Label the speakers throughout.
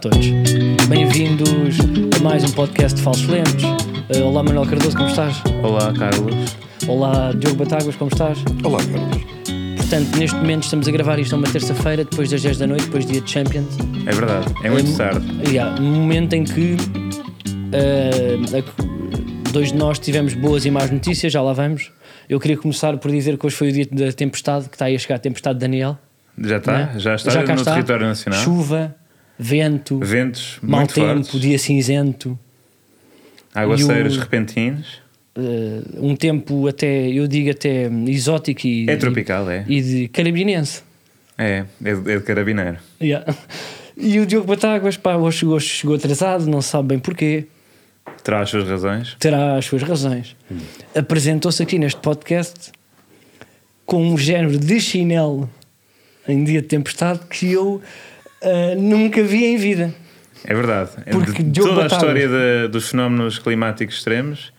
Speaker 1: todos. Bem-vindos a mais um podcast de Falsos Lentos. Uh, olá, Manuel Cardoso, como estás?
Speaker 2: Olá, Carlos.
Speaker 1: Olá, Diogo Batáguas, como estás?
Speaker 3: Olá, Carlos.
Speaker 1: Portanto, neste momento estamos a gravar isto a uma terça-feira, depois das 10 da noite, depois do dia de Champions.
Speaker 2: É verdade, é muito
Speaker 1: um-
Speaker 2: tarde.
Speaker 1: Yeah, um momento em que uh, a- dois de nós tivemos boas e más notícias, já lá vamos. Eu queria começar por dizer que hoje foi o dia da tempestade, que está aí a chegar a tempestade de Daniel.
Speaker 2: Já está?
Speaker 1: né?
Speaker 2: Tá, Já está
Speaker 1: cá
Speaker 2: no território nacional?
Speaker 1: Chuva, vento,
Speaker 2: Ventos
Speaker 1: mau
Speaker 2: muito
Speaker 1: tempo,
Speaker 2: fortes,
Speaker 1: dia um. cinzento,
Speaker 2: aguaceiros
Speaker 1: e o-
Speaker 2: repentinos.
Speaker 1: eh, um tempo até, eu digo até hum, exótico e,
Speaker 2: É tropical, é.
Speaker 1: e de carabinense.
Speaker 2: É, é, de é de carabineiro.
Speaker 1: Yeah. E o Diogo Batáguas, pá, hoje, chegou- hoje chegou atrasado, não se sabe bem porquê.
Speaker 2: Terá as suas razões.
Speaker 1: terá as suas razões.
Speaker 2: Hum.
Speaker 1: Apresentou-se aqui neste podcast com um género de chinelo em dia de tempestade que eu ah, nunca vi em vida.
Speaker 2: É verdade.
Speaker 1: Porque
Speaker 2: de
Speaker 1: Diogo
Speaker 2: toda a
Speaker 1: Batáguas-
Speaker 2: história da- dos fenómenos climáticos extremos,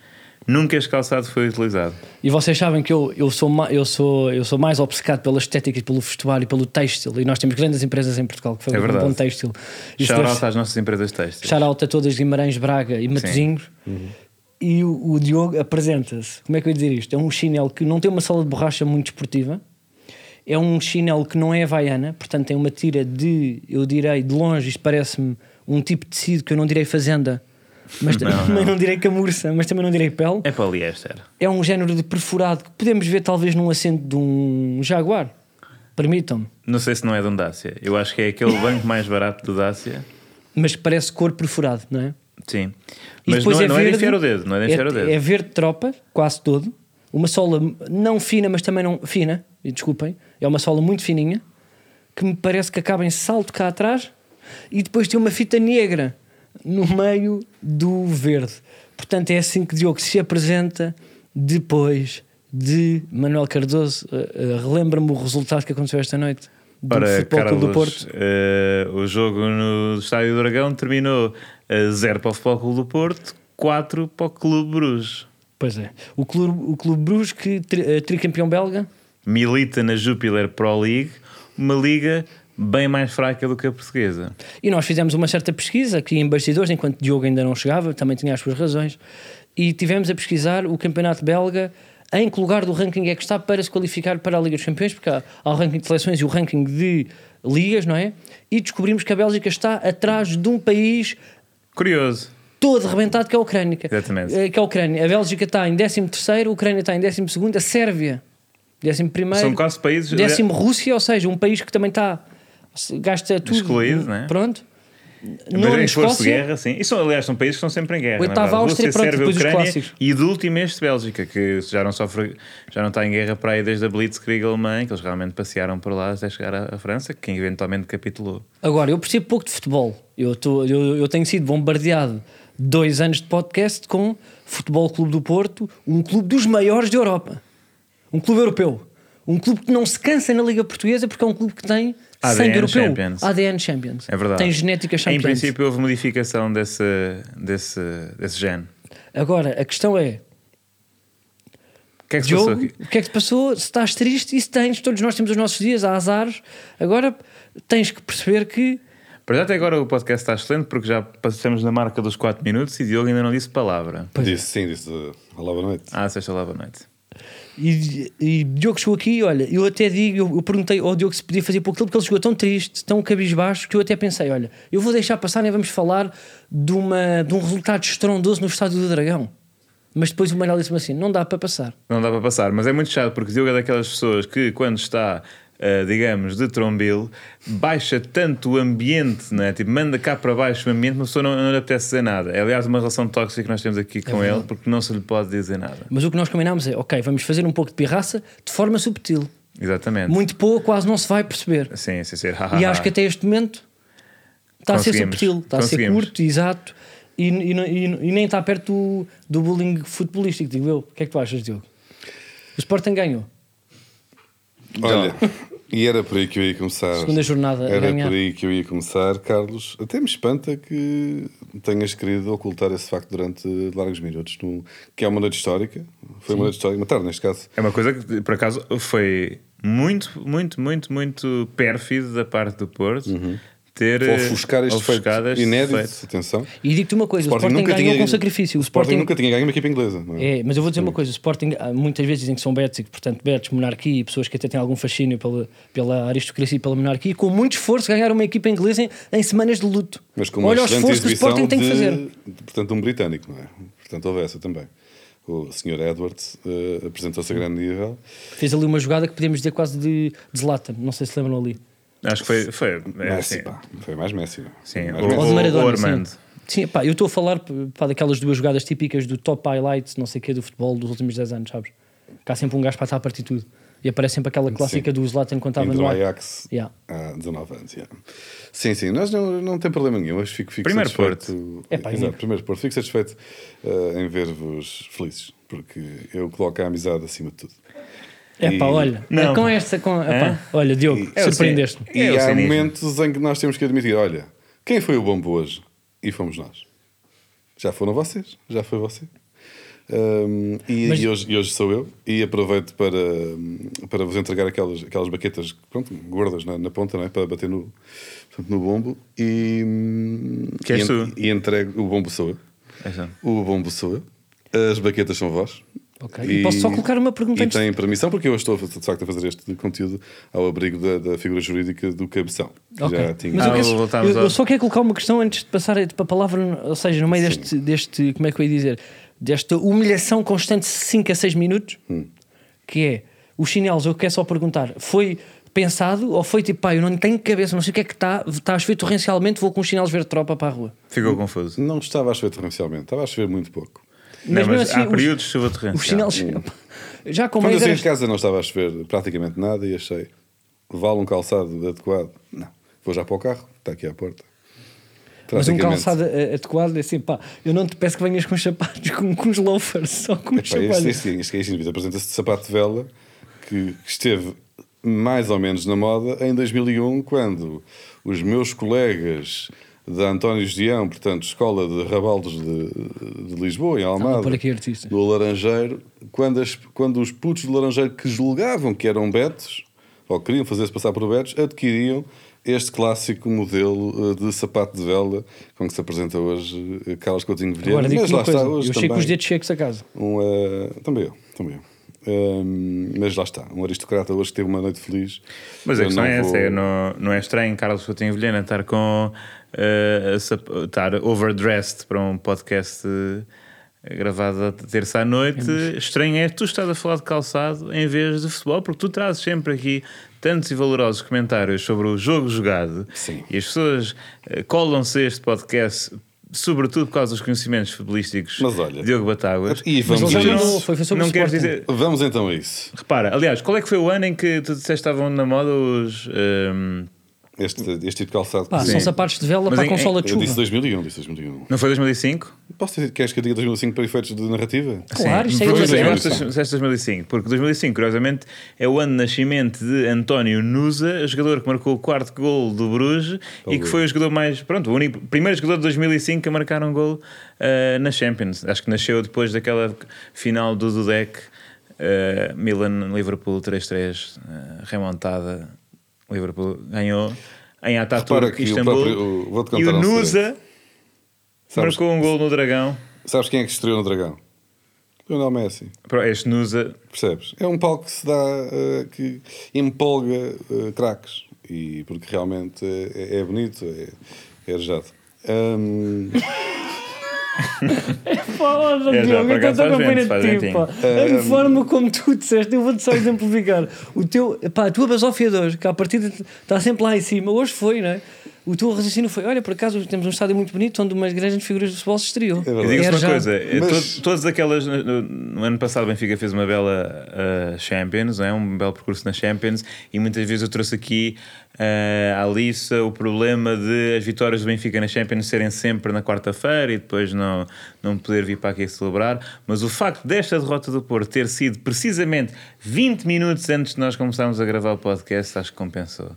Speaker 2: nunca este calçado foi utilizado.
Speaker 1: E vocês sabem que eu, eu, sou, ma- eu, sou, eu sou mais obcecado pela estética e pelo vestuário e pelo têxtil. E nós temos grandes empresas em Portugal que fabricam
Speaker 2: É verdade.
Speaker 1: bom têxtil. E se
Speaker 2: Shout
Speaker 1: nós-
Speaker 2: out às nossas empresas textas.
Speaker 1: Shout out a todas Guimarães, Braga e Matosinhos.
Speaker 2: Uhum.
Speaker 1: E o, o Diogo apresenta-se. Como é que eu ia dizer isto? É um chinelo que não tem uma sola de borracha muito esportiva. É um chinelo que não é havaiana, portanto tem uma tira de, eu direi, de longe, isto parece-me um tipo de tecido que eu não direi fazenda, mas
Speaker 2: Não,
Speaker 1: também
Speaker 2: não.
Speaker 1: não. direi camurça, mas também não direi pele.
Speaker 2: É poliéster.
Speaker 1: É um género de perforado que podemos ver talvez num assento de um jaguar. Permitam-me.
Speaker 2: Não sei se não é de um Dácia. Eu acho que é aquele banco mais barato do Dácia.
Speaker 1: Mas parece cor perforado, não é?
Speaker 2: Sim.
Speaker 1: E
Speaker 2: Mas
Speaker 1: depois
Speaker 2: não é, não é de
Speaker 1: verde,
Speaker 2: enfiar o dedo. Não é de enfiar
Speaker 1: é,
Speaker 2: o dedo.
Speaker 1: é verde tropa, quase todo. Uma sola não fina, mas também não fina. E desculpem, é uma sola muito fininha que me parece que acaba em salto cá atrás e depois tem uma fita negra no meio do verde. Portanto, é assim que Diogo se apresenta depois de Manuel Cardoso. Uh, uh, Relembra-me o resultado que aconteceu esta noite do
Speaker 2: Ora,
Speaker 1: Futebol Clube
Speaker 2: Carlos,
Speaker 1: do Porto.
Speaker 2: eh, o jogo no Estádio do Dragão terminou 0 para o Futebol Clube do Porto, 4 para o Clube Bruges.
Speaker 1: Pois é. O Clube, o Clube Bruges, que tri- uh, tricampeão belga,
Speaker 2: Milita na Jupiler Pro League, uma liga bem mais fraca do que a portuguesa.
Speaker 1: E nós fizemos uma certa pesquisa aqui em bastidores, enquanto Diogo ainda não chegava, também tinha as suas razões, e tivemos a pesquisar o campeonato belga em que lugar do ranking é que está para se qualificar para a Liga dos Campeões, porque há, há o ranking de seleções e o ranking de ligas, não é? E descobrimos que a Bélgica está atrás de um país
Speaker 2: Curioso.
Speaker 1: todo arrebentado que é a Ucrânia.
Speaker 2: Exatamente.
Speaker 1: Eh, Que é a Ucrânia. A Bélgica está em 13º, a Ucrânia está em 12º, a Sérvia 11º.
Speaker 2: São quase países.
Speaker 1: Décimo Rússia, ou seja, um país que também está gasta tudo
Speaker 2: Excluído, né?
Speaker 1: pronto.
Speaker 2: Mas
Speaker 1: Nono
Speaker 2: em esforço de
Speaker 1: Escócia,
Speaker 2: guerra, sim. E são, aliás, são países que estão sempre em guerra.
Speaker 1: Oitava
Speaker 2: não é verdade?
Speaker 1: Áustria,
Speaker 2: Rússia,
Speaker 1: pronto,
Speaker 2: Sérvia,
Speaker 1: depois os
Speaker 2: Ucrânia
Speaker 1: clássicos.
Speaker 2: e do último este Bélgica, que já não sofre, já não está em guerra para aí desde a Blitzkrieg alemã, que eles realmente passearam por lá até chegar à, à França, que eventualmente capitulou.
Speaker 1: Agora, eu percebo pouco de futebol. Eu, tô- eu, eu tenho sido bombardeado dois anos de podcast com Futebol Clube do Porto, um clube dos maiores da Europa, um clube europeu, um clube que não se cansa na Liga Portuguesa porque é um clube que tem
Speaker 2: ADN
Speaker 1: sangue europeu,
Speaker 2: Champions.
Speaker 1: ADN Champions,
Speaker 2: É verdade.
Speaker 1: tem genética
Speaker 2: Em
Speaker 1: Champions.
Speaker 2: princípio houve modificação desse, desse, desse gene.
Speaker 1: Agora, a questão é,
Speaker 2: O que é que se
Speaker 1: Diogo,
Speaker 2: passou
Speaker 1: o
Speaker 2: aqui?
Speaker 1: que é que te passou? Se estás triste, isso tens. Todos nós temos os nossos dias, há azares. Agora tens que perceber que.
Speaker 2: Para já até agora o podcast está excelente porque já passamos na marca dos 4 minutos e Diogo ainda não disse palavra.
Speaker 1: é.
Speaker 3: Disse, sim, disse. uh, Olá, boa noite.
Speaker 2: Ah, sexta lá, boa noite.
Speaker 1: E, e Diogo chegou aqui, olha, eu até digo, eu, eu perguntei ao Diogo se podia fazer pouco tempo, porque ele chegou tão triste, tão cabisbaixo, que eu até pensei: olha, eu vou deixar passar, nem vamos falar de, uma, de um resultado estrondoso no estádio do Dragão. Mas depois o Manuel disse-me assim: não dá para passar.
Speaker 2: Não dá para passar, mas é muito chato porque Diogo é daquelas pessoas que quando está, ah, digamos, de trombil, baixa tanto o ambiente, né? tipo, manda cá para baixo o ambiente, uma pessoa não, não lhe apetece dizer nada. É aliás uma relação tóxica que nós temos
Speaker 1: É
Speaker 2: aqui com ele porque não se lhe pode dizer nada.
Speaker 1: Mas o que nós combinámos é: ok, vamos fazer um pouco de pirraça de forma subtil.
Speaker 2: Exatamente.
Speaker 1: Muito pouco, quase não se vai perceber.
Speaker 2: Sim, sim, sim.
Speaker 3: Ah,
Speaker 1: E acho que até este momento está a ser
Speaker 2: Conseguimos.
Speaker 1: subtil, está a ser
Speaker 2: Conseguimos.
Speaker 1: curto, exato, e, e- e- e nem está perto do, do bullying futebolístico, digo eu. O que é que tu achas, Diogo? O Sporting ganhou.
Speaker 3: Olha, e era por aí que eu ia começar.
Speaker 1: então. Segunda jornada a
Speaker 3: Era
Speaker 1: ganhar.
Speaker 3: por aí que eu ia começar, Carlos. Até me espanta que tenhas querido ocultar esse facto durante largos minutos, num- que é uma noite histórica. Foi uma noite histórica, uma tarde, neste caso.
Speaker 2: É uma coisa que, por acaso, foi muito, muito, muito, muito pérfido da parte do Porto ter
Speaker 3: Vou Uhum. ofuscar este
Speaker 2: ofuscado
Speaker 3: feito
Speaker 2: este
Speaker 3: inédito,
Speaker 2: feito.
Speaker 3: atenção.
Speaker 1: E digo-te uma coisa: É, o Sporting, ganhou com sacrifício.
Speaker 3: O Sporting nunca tinha ganho uma equipa inglesa. Não é?
Speaker 1: É, mas eu vou dizer uma coisa: o Sporting há- muitas vezes dizem que são betos e que, portanto, betos, monarquia e pessoas que até têm algum fascínio pela, pela aristocracia e pela monarquia, e com muito esforço ganharam uma equipa inglesa em, em semanas de luto.
Speaker 3: Mas com uma
Speaker 1: Olha o
Speaker 3: excelente
Speaker 1: esforço que o
Speaker 3: exibição
Speaker 1: Sporting tem que
Speaker 3: de,
Speaker 1: fazer.
Speaker 3: de, portanto, um britânico, não é? Portanto, houve essa também. O Sr. Edwards eh, apresentou-se a grande nível.
Speaker 1: Fez ali uma jogada que podemos dizer quase de, de Zlatan, não sei se lembram ali.
Speaker 2: Acho que foi. foi é,
Speaker 3: Messi,
Speaker 2: sim.
Speaker 3: pá. Foi mais Messi. não é?
Speaker 2: Sim,
Speaker 3: Mais
Speaker 2: o-
Speaker 1: Ou
Speaker 3: Messi.
Speaker 1: de Maradona.
Speaker 2: o Ormond.
Speaker 1: Sim, Sim, pá, eu estou a falar pá, daquelas duas jogadas típicas do top highlights, não sei o quê, do futebol dos últimos 10 anos, sabes? Cá sempre um gajo para estar a partir tudo. E aparece sempre aquela clássica do Zlatan quando estava
Speaker 3: Ainda
Speaker 1: no
Speaker 3: do
Speaker 1: ar.
Speaker 3: Ajax
Speaker 1: Yeah.
Speaker 3: há 19 anos. yeah. Sim, sim, nós não, não tem problema nenhum. Hoje fico, fico
Speaker 2: Primeiro
Speaker 3: satisfeito.
Speaker 1: É pá,
Speaker 3: Exato,
Speaker 1: amigo.
Speaker 3: primeiro Porto. Fico satisfeito eh, em ver-vos felizes, porque eu coloco a amizade acima de tudo.
Speaker 1: É pá,
Speaker 3: E-
Speaker 1: olha,
Speaker 2: Não.
Speaker 1: é com esta. Com, é pá,
Speaker 2: Hã?
Speaker 1: olha, Diogo,
Speaker 2: É o
Speaker 1: surpreendeste-me.
Speaker 2: É
Speaker 3: e
Speaker 2: o
Speaker 3: há
Speaker 2: cinismo.
Speaker 3: momentos em que nós temos que admitir: olha, quem foi o bombo hoje? E fomos nós. Já foram vocês, já foi você. Hum, e,
Speaker 1: Mas-
Speaker 3: e hoje, e hoje sou eu. E aproveito para, para vos entregar aquelas, aquelas baquetas pronto, gordas na, na ponta, não é? para bater no, portanto, no bombo. E, hum,
Speaker 2: Que és
Speaker 3: e, en-
Speaker 2: tu.
Speaker 3: e entrego. O bombo sou eu.
Speaker 2: É só.
Speaker 3: O bombo sou eu. As baquetas são vós.
Speaker 1: Ok. E posso só colocar uma pergunta
Speaker 3: E
Speaker 1: antes de-
Speaker 3: têm permissão, porque eu estou de facto a fazer este conteúdo ao abrigo da, da figura jurídica do cabeção. que
Speaker 1: Ok.
Speaker 3: Já tinha.
Speaker 1: Mas eu,
Speaker 2: Ah,
Speaker 1: quero-
Speaker 2: voltámos
Speaker 1: eu-
Speaker 2: ao-
Speaker 1: eu só quero colocar uma questão antes de passar tipo, a a palavra, ou seja, no meio deste, deste, como é que eu ia dizer, desta humilhação constante de 5 a 6 minutos,
Speaker 3: Hum.
Speaker 1: que é os chinelos, eu quero só perguntar, foi pensado ou foi tipo, pá, eu não tenho cabeça, não sei o que é que está, está a chover torrencialmente, vou com os chinelos ver tropa para a rua.
Speaker 2: Ficou confuso.
Speaker 3: Não estava a chover torrencialmente, estava a chover muito pouco.
Speaker 2: Não,
Speaker 1: mesmo
Speaker 2: mas
Speaker 1: assim,
Speaker 2: há
Speaker 1: os-
Speaker 2: períodos né? de chuva
Speaker 1: Os
Speaker 2: torrencial.
Speaker 1: chinelos, já com
Speaker 3: Hum. Quando eu
Speaker 1: meias
Speaker 3: é saí
Speaker 1: era
Speaker 3: de casa não estava a chover praticamente nada e achei, vale um calçado adequado? Não. Vou já para o carro, está aqui à porta.
Speaker 1: Mas um
Speaker 3: Praticamente.
Speaker 1: calçado eh, adequado é assim, pá, eu não te peço que venhas com os sapatos, com, com os loafers, só com os
Speaker 3: Pá, este,
Speaker 1: sapatos.
Speaker 3: este, este, este indivíduo apresenta-se de sapato de vela que, que esteve mais ou menos na moda em 2001, quando os meus colegas da António Dião, portanto, Escola de Rabaldos de, de Lisboa, em
Speaker 1: Estavam
Speaker 3: Almada,
Speaker 1: por aqui artistas.
Speaker 3: do Laranjeiro, quando, as- quando os putos do Laranjeiro que julgavam que eram betos, ou queriam fazer-se passar por betos, adquiriam este clássico modelo eh, de sapato de vela com que se apresenta hoje eh, Carlos Coutinho Vilhena.
Speaker 1: Agora digo
Speaker 3: Mas
Speaker 1: uma
Speaker 3: lá
Speaker 1: coisa,
Speaker 3: está
Speaker 1: eu
Speaker 3: hoje
Speaker 1: chego com os
Speaker 3: também
Speaker 1: dedos secos a casa.
Speaker 3: um, eh, também eu, também eu. Ehm, mas lá está, um aristocrata hoje que teve uma noite feliz.
Speaker 2: Mas a
Speaker 3: Eu
Speaker 2: questão
Speaker 3: não
Speaker 2: é essa,
Speaker 3: vou-
Speaker 2: é, não, não é estranho Carlos Coutinho Vilhena estar com eh, a sap- estar overdressed para um podcast eh, gravado a terça à noite. Estranho é tu estás a falar de calçado em vez de futebol, porque tu trazes sempre aqui tantos e valorosos comentários sobre o jogo jogado
Speaker 3: Sim.
Speaker 2: e as pessoas eh, colam-se a este podcast. Sobretudo por causa dos conhecimentos futebolísticos
Speaker 3: Mas olha-
Speaker 2: de Diogo Batáguas.
Speaker 3: E vamos
Speaker 2: Mas
Speaker 1: a
Speaker 2: não-
Speaker 1: isso. Foi- foi sobre
Speaker 2: não
Speaker 1: o
Speaker 2: queres
Speaker 1: Sporting.
Speaker 2: dizer,
Speaker 3: Vamos então a isso.
Speaker 2: Repara, aliás, qual é que foi o ano em que tu disseste que estavam na moda os. ehm,
Speaker 3: Este, este tipo de calçado.
Speaker 1: Pá,
Speaker 3: que-
Speaker 1: são
Speaker 2: Sim.
Speaker 1: sapatos de vela
Speaker 2: Mas
Speaker 1: para a
Speaker 2: em-
Speaker 1: consola de
Speaker 3: eu
Speaker 1: chuva.
Speaker 3: disse 2001, disse 2001.
Speaker 2: não foi 2005?
Speaker 3: Posso dizer, queres que eu diga 2005 para efeitos de narrativa?
Speaker 1: Claro, isto é
Speaker 2: Pois
Speaker 3: outra
Speaker 2: é, eu
Speaker 3: coisa.
Speaker 2: acho que disseste 2005, porque 2005, curiosamente, é o ano de nascimento de António Nusa, jogador que marcou o quarto gol do Bruges e que foi o jogador mais. Pronto, o único, primeiro jogador de 2005 a marcar um gol eh, na Champions. Acho que nasceu depois daquela final do Dudek, eh, Milan-Liverpool 3-3, eh, remontada. Liverpool ganhou em
Speaker 3: Repara
Speaker 2: Ataturk,
Speaker 3: que o
Speaker 2: Istambul.
Speaker 3: próprio- o- vou-te
Speaker 2: e
Speaker 3: contar
Speaker 2: o
Speaker 3: um
Speaker 2: Nusa
Speaker 3: Sabes-
Speaker 2: marcou um gol no Dragão.
Speaker 3: Sabes quem é que estreou no Dragão? Lionel Messi.
Speaker 2: Pro- Este Nusa
Speaker 3: Percebes? É um palco que se dá, eh, que empolga eh, craques. E porque realmente eh, é, é bonito, é, é arejado. Ehm, Ahm,
Speaker 1: Foda,
Speaker 2: É, já,
Speaker 1: Diogo,
Speaker 2: por
Speaker 1: eu
Speaker 2: acaso
Speaker 1: estou
Speaker 2: faz bem,
Speaker 1: acompanhando
Speaker 2: faz
Speaker 1: de ti,
Speaker 2: bem,
Speaker 1: pá. A forma como tu disseste, eu vou-te só exemplificar. O teu, pá, a tua basófia de hoje, que à partida está sempre lá em cima, hoje foi, não é? O teu raciocínio foi: olha, por acaso temos um estádio muito bonito onde umas grandes figuras de futebol se estreou.
Speaker 3: É
Speaker 2: Eu digo-se uma
Speaker 1: Era já.
Speaker 2: coisa, eh,
Speaker 3: Mas-
Speaker 2: to- todas aquelas. No, no- no ano passado, o Benfica fez uma bela eh, Champions, não é? um belo percurso na Champions, e muitas vezes eu trouxe aqui eh, à Lissa o problema de as vitórias do Benfica na Champions serem sempre na quarta-feira e depois não, não poder vir para aqui celebrar. Mas o facto desta derrota do Porto ter sido precisamente 20 minutos antes de nós começarmos a gravar o podcast, acho que compensou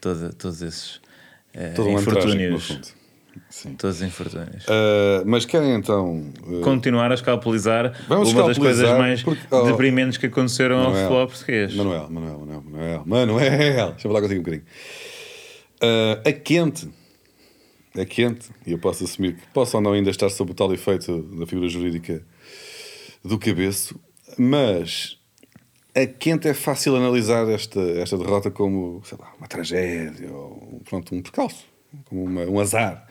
Speaker 2: todo- todos esses eh,
Speaker 3: todo um ano trágico, no
Speaker 2: infortúnios.
Speaker 3: fundo. Sim.
Speaker 2: Todos os infortúnios.
Speaker 3: Ah, mas querem então. eh,
Speaker 2: continuar a escalpelizar
Speaker 3: Vamos
Speaker 2: uma das
Speaker 3: escalpelizar
Speaker 2: coisas mais
Speaker 3: porque- oh. é?
Speaker 2: deprimentes que aconteceram ao futebol português.
Speaker 3: Manuel, Manuel, Manuel, Manuel, Manuel. Deixa eu falar contigo um bocadinho. Ah, a quente. A quente. E eu posso assumir que posso ou não ainda estar sob o tal efeito da figura jurídica do cabeço. Mas a quente é fácil analisar esta, esta derrota como, sei lá, uma tragédia ou pronto, um percalço. Como uma- um azar.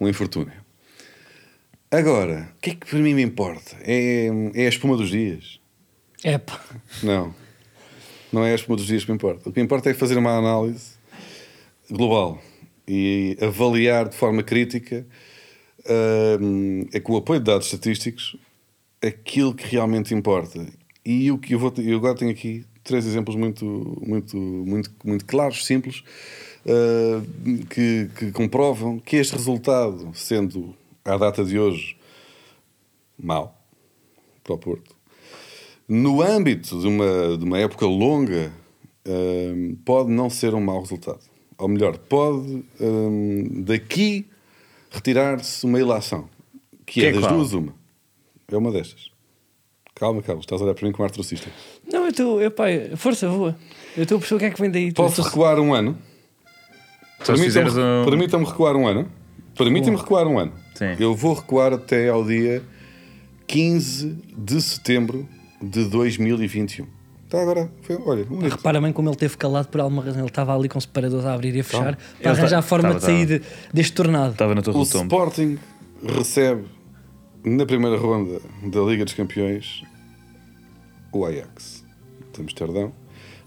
Speaker 3: Um infortúnio. Agora, o que é que para mim me importa? É, é a espuma dos dias.
Speaker 1: É pá.
Speaker 3: Não. Não é a espuma dos dias que me importa. O que me importa é fazer uma análise global e avaliar de forma crítica, hum, é com o apoio de dados estatísticos, aquilo que realmente importa. E o que eu, vou, eu agora tenho aqui três exemplos muito, muito, muito, muito claros, simples, hum, que, que comprovam que este resultado, sendo à data de hoje mau para o Porto, no âmbito de uma, de uma época longa, hum, pode não ser um mau resultado. Ou melhor, pode hum, daqui retirar-se uma ilação. Que,
Speaker 2: Que
Speaker 3: é,
Speaker 2: é
Speaker 3: das
Speaker 2: qual?
Speaker 3: duas uma. É uma destas. Calma, Carlos, estás a olhar para mim um como artrocista.
Speaker 1: Não, eu estou. é pá, força, voa. Eu estou a perceber o que é que vem daí.
Speaker 3: Posso
Speaker 1: Eu tô-
Speaker 3: recuar um ano? é.
Speaker 2: Só se fizeres um...
Speaker 3: Permitam-me permitam-me recuar um ano. Permitam-me recuar um ano.
Speaker 2: Sim.
Speaker 3: Eu vou recuar até ao dia 15 de setembro de 2021. Está um. Tá, agora. Foi, olha, um
Speaker 2: Ah,
Speaker 3: minuto.
Speaker 1: Repara bem como ele teve calado por alguma razão. Ele estava ali com separadores a abrir e a fechar
Speaker 2: Ele
Speaker 1: para arranjar
Speaker 2: tá-
Speaker 1: a forma
Speaker 2: tava,
Speaker 1: de sair de- deste tornado.
Speaker 2: Estava na torre
Speaker 3: O
Speaker 2: do tombo.
Speaker 3: Sporting recebe na primeira ronda da Liga dos Campeões o Ajax. Temos Tardão.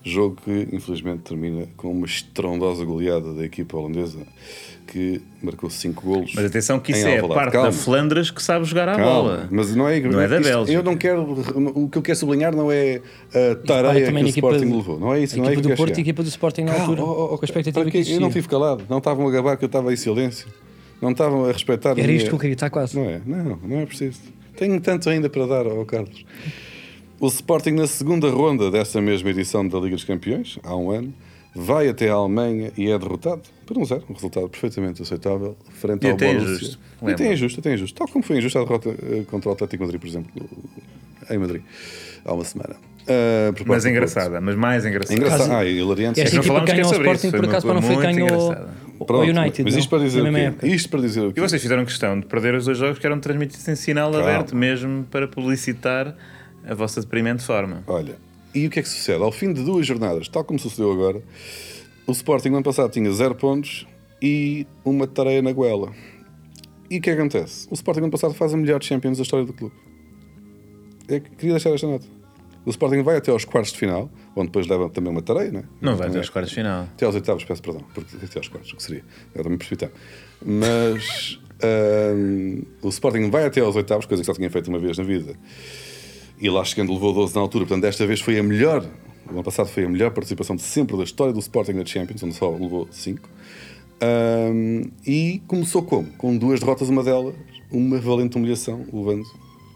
Speaker 3: Jogo que infelizmente termina com uma estrondosa goleada da equipa holandesa que marcou 5 golos.
Speaker 2: Mas atenção que isso
Speaker 3: em
Speaker 2: é a
Speaker 3: Alvalade.
Speaker 2: parte
Speaker 3: Calma,
Speaker 2: da Flandras que sabe jogar à
Speaker 3: calma.
Speaker 2: bola.
Speaker 3: Mas não é,
Speaker 2: Não é da
Speaker 3: isto-
Speaker 2: Bélgica.
Speaker 3: Eu não quero. O que eu quero sublinhar não é a tareia que
Speaker 1: também
Speaker 3: o
Speaker 1: na equipa
Speaker 3: Sporting
Speaker 1: do-
Speaker 3: levou. Não é isso.
Speaker 1: a
Speaker 3: Não é
Speaker 1: equipa
Speaker 3: isso que eu
Speaker 1: do
Speaker 3: quero
Speaker 1: Porto e a
Speaker 3: chegar.
Speaker 1: equipa do Sporting na
Speaker 3: Calma,
Speaker 1: altura,
Speaker 3: oh, oh, oh,
Speaker 1: com a expectativa que
Speaker 3: para quê? Eu
Speaker 1: existia.
Speaker 3: não estive calado. Não estavam a gabar que eu estava em silêncio. Não estavam a respeitar a
Speaker 1: Era
Speaker 3: minha-
Speaker 1: isto que eu queria, está quase.
Speaker 3: não é? Não, não é preciso. Tenho tanto ainda para dar ao Carlos. O Sporting, na segunda ronda dessa mesma edição da Liga dos Campeões, há um ano, vai até a Alemanha e é derrotado por um zero. Um resultado perfeitamente aceitável frente
Speaker 2: E
Speaker 3: ao
Speaker 2: até
Speaker 3: Borussia.
Speaker 2: injusto,
Speaker 3: E
Speaker 2: lembra.
Speaker 3: até injusto, até injusto. Tal como foi injusta a derrota eh, contra o Atlético de Madrid, por exemplo, em Madrid, há uma semana. Ah, por parte do
Speaker 2: Mas
Speaker 3: Porto.
Speaker 2: engraçada, mas mais engraçada.
Speaker 3: Engraçado.
Speaker 1: Acaso-
Speaker 3: Ah, e
Speaker 2: Esta
Speaker 3: hilariante.
Speaker 1: Esta
Speaker 2: não
Speaker 1: equipa
Speaker 2: falámos
Speaker 1: que
Speaker 2: que é
Speaker 1: ganhou ao
Speaker 2: sobre
Speaker 1: Sporting,
Speaker 2: isso,
Speaker 1: por
Speaker 2: foi
Speaker 1: acaso,
Speaker 2: uma
Speaker 1: para não foi
Speaker 2: muito
Speaker 1: ganhou
Speaker 2: engraçada.
Speaker 1: ao
Speaker 3: Pronto,
Speaker 1: United.
Speaker 3: Mas
Speaker 1: não?
Speaker 3: isto para dizer
Speaker 1: Na
Speaker 3: o
Speaker 1: mesma
Speaker 3: quê?
Speaker 1: época.
Speaker 3: Isto para dizer o quê?
Speaker 2: E vocês fizeram questão de perder os dois jogos que eram transmitidos em sinal
Speaker 3: Calma.
Speaker 2: aberto mesmo para publicitar a vossa deprimente forma.
Speaker 3: Olha, e o que é que sucede? Ao fim de duas jornadas, tal como sucedeu agora, o Sporting ano passado tinha zero pontos e uma tareia na goela. E o que é que acontece? O Sporting ano passado faz a melhor Champions da história do clube. Eu queria deixar esta nota. O Sporting vai até aos quartos de final, onde depois leva também uma tareia, não é?
Speaker 2: Não vai até
Speaker 3: Também-
Speaker 2: aos quartos de final.
Speaker 3: até aos oitavos, peço perdão, porque até aos quartos, o que seria? Eu também precipitado. Mas hum, o Sporting vai até aos oitavos, coisa que só tinha feito uma vez na vida. E lá chegando levou 12 na altura, portanto desta vez foi a melhor, o ano passado foi a melhor participação de sempre da história do Sporting na Champions, onde só levou 5. e começou como? Com duas derrotas, uma delas, uma valente humilhação, levando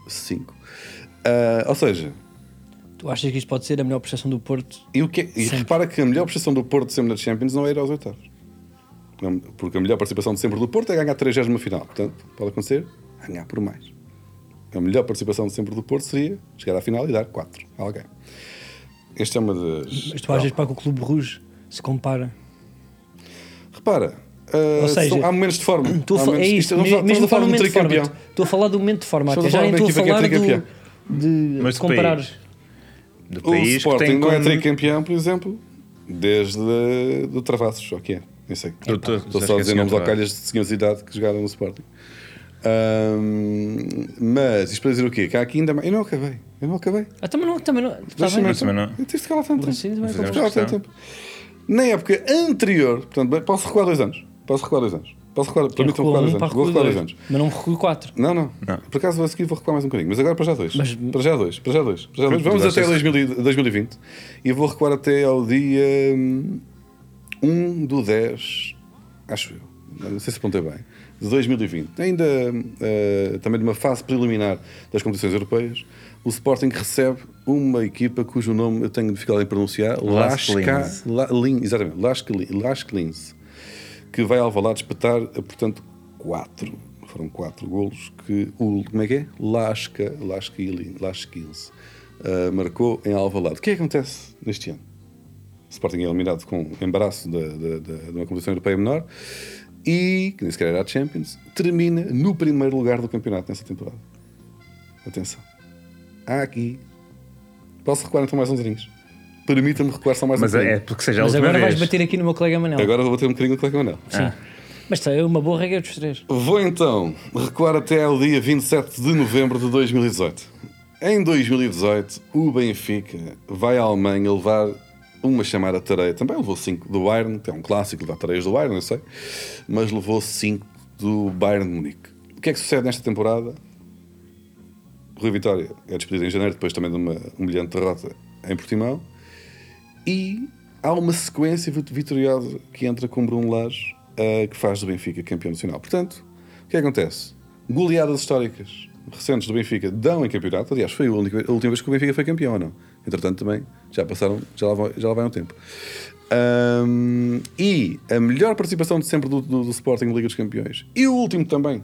Speaker 3: 5. ou seja,
Speaker 1: Tu achas que isto pode ser a melhor prestação do Porto?
Speaker 3: e, o que é- e
Speaker 1: Sempre.
Speaker 3: repara que a melhor prestação do Porto sempre na Champions não é ir aos oitavos. Não- Porque a melhor participação de sempre do Porto é ganhar 3 numa final. Portanto, pode acontecer ganhar por mais. A melhor participação de sempre do Porto seria chegar à final e dar 4 a alguém. Esta é uma das.
Speaker 1: Mas tu achas para que o Clube Rouge se compara?
Speaker 3: Repara, ah,
Speaker 1: Ou seja,
Speaker 3: são- há momentos de forma.
Speaker 1: Estou a
Speaker 3: Há
Speaker 1: fa- é
Speaker 3: momentos-
Speaker 1: isto,
Speaker 3: isto- estamos a-
Speaker 1: mesmo, mesmo
Speaker 3: estamos a falar
Speaker 1: para o
Speaker 3: de um
Speaker 1: momento de forma.
Speaker 3: tricampeão.
Speaker 1: Estou a falar do momento de forma,
Speaker 3: Estamos
Speaker 1: até
Speaker 3: a
Speaker 1: já nem
Speaker 3: falar
Speaker 1: estou
Speaker 3: da
Speaker 1: a
Speaker 3: equipa que é
Speaker 1: falar
Speaker 3: tricampeã.
Speaker 1: do, de
Speaker 2: Mas de
Speaker 1: comparar.
Speaker 2: país. Do
Speaker 3: O
Speaker 2: país que
Speaker 3: Sporting
Speaker 2: tem
Speaker 3: não é
Speaker 2: como-
Speaker 3: tricampeão, por exemplo, desde ah, do Travassos, ou o que é? Nem sei.
Speaker 2: Do- do-
Speaker 3: Estou
Speaker 2: acho
Speaker 3: só a
Speaker 2: que é
Speaker 3: dizer
Speaker 2: Sr.
Speaker 3: nomes ao
Speaker 2: Travassos.
Speaker 3: calhas de senhores de idade que jogaram no Sporting. Ahm, mas isto para dizer o quê? Que há aqui ainda mais. Eu não acabei. Eu não acabei.
Speaker 1: Ah, também não, também não. Está
Speaker 3: Deixa-me-
Speaker 1: bem.
Speaker 2: Mas também não.
Speaker 3: Eu tive de calar tanto tempo.
Speaker 1: Sim, também
Speaker 3: Tive de
Speaker 2: fazemos
Speaker 3: calar tanto
Speaker 2: questão.
Speaker 3: tempo. Na época anterior, portanto, bem, posso recuar dois anos. Posso recuar dois anos. Posso recuar,
Speaker 1: Eu
Speaker 3: permitam-me
Speaker 1: recuo
Speaker 3: recuar
Speaker 1: um
Speaker 3: dois
Speaker 1: para
Speaker 3: anos.
Speaker 1: recuo
Speaker 3: Vou recuar dois
Speaker 1: dois,
Speaker 3: anos.
Speaker 1: Mas não recuo quatro.
Speaker 3: Não, não,
Speaker 2: Não.
Speaker 3: Por acaso vou a seguir vou recuar mais um bocadinho. Mas agora para já dois.
Speaker 1: Mas-
Speaker 3: Para já dois, para já dois. Para já dois.
Speaker 2: Porque tu
Speaker 3: Vamos até
Speaker 2: achas-
Speaker 3: 2000 e- 2020 e eu vou recuar até ao dia hum, 1 do 10, acho eu. Não sei se apontei bem. De 2020. Ainda eh, também numa fase preliminar das competições europeias, o Sporting recebe uma equipa cujo nome eu tenho dificuldade em pronunciar.
Speaker 2: Lask
Speaker 3: Lasca
Speaker 2: Linz.
Speaker 3: La- Lin, exatamente. Lasca Lin- Lasca Linz que vai ao Valado espetar, eh, portanto, quatro. Foram quatro golos que o, como é que é? Lasca, Lasca eh, e Lin- Lasca 15 marcou em Alvalade. O que é que acontece neste ano? Sporting é eliminado com embaraço da, da, da- de uma competição europeia menor. E, que nem sequer era a Champions, termina no primeiro lugar do campeonato nessa temporada. Atenção. Há aqui. Posso recuar então mais uns rings? Permita-me recuar só mais
Speaker 2: Mas
Speaker 3: um
Speaker 2: é,
Speaker 3: bocadinho.
Speaker 2: é porque seja a
Speaker 1: Mas
Speaker 2: última
Speaker 1: agora vais
Speaker 2: vez.
Speaker 1: bater aqui no meu colega Manel.
Speaker 3: Agora vou ter um bocadinho com o Manel.
Speaker 1: Sim. Mas tá, é uma boa regra dos três.
Speaker 3: Vou então recuar até ao dia 27 de novembro de 2018. Em 2018, o Benfica vai à Alemanha levar uma chamada tareia. Também levou 5 do Bayern, que é um clássico levar tareias do Bayern, eu sei. Mas levou 5 do Bayern de Munique. O que é que sucede nesta temporada? Rui Vitória é despedido em janeiro, depois também de uma humilhante derrota em Portimão. E há uma sequência vit- vitoriosa que entra com Bruno Lage, ah, que faz do Benfica campeão nacional. Portanto, o que acontece? Goleadas históricas recentes do Benfica dão em campeonato. Aliás, foi a única- a última vez que o Benfica foi campeão, ou não? Entretanto, também já passaram, já lá vai, já lá vai um tempo. Ahm, e a melhor participação de sempre do, do, do Sporting na Liga dos Campeões e o último também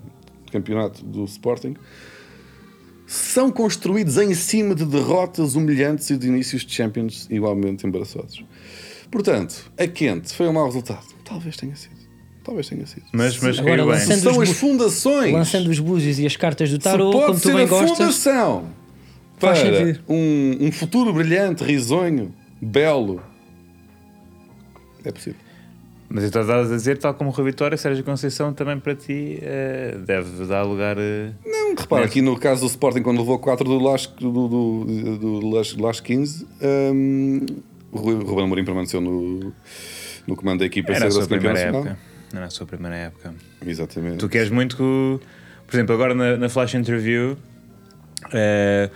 Speaker 3: campeonato do Sporting são construídos em cima de derrotas humilhantes e de inícios de Champions igualmente embaraçosos. Portanto, a quente foi um mau resultado. Talvez tenha sido. Talvez tenha sido.
Speaker 2: Mas, mas
Speaker 1: Agora
Speaker 2: caiu bem.
Speaker 1: lançando-
Speaker 3: São as
Speaker 1: os bu-
Speaker 3: fundações.
Speaker 1: Lançando os búzios e as cartas do
Speaker 3: Se
Speaker 1: tarot, como
Speaker 3: pode
Speaker 1: tu
Speaker 3: ser
Speaker 1: bem
Speaker 3: a
Speaker 1: gostas.
Speaker 3: fundação
Speaker 1: Faz
Speaker 3: para
Speaker 1: sentido.
Speaker 3: um, um futuro brilhante, risonho, belo. É possível.
Speaker 2: Mas então estás a dizer, tal como o Rui Vitória, Sérgio Conceição também para ti eh, deve dar lugar. eh,
Speaker 3: Não, Hum, repara, aqui no caso do Sporting, quando levou 4 do Las, do, do, do, Las, Las 15, hum, o Rui- o Ruben Amorim permaneceu no, no comando da equipa
Speaker 2: Era a
Speaker 3: sagrada
Speaker 2: sua
Speaker 3: do campeão
Speaker 2: primeira
Speaker 3: nacional.
Speaker 2: época. Era a sua primeira época.
Speaker 3: Exatamente.
Speaker 2: Tu queres muito que. o- Por exemplo, agora na, na Flash Interview. eh,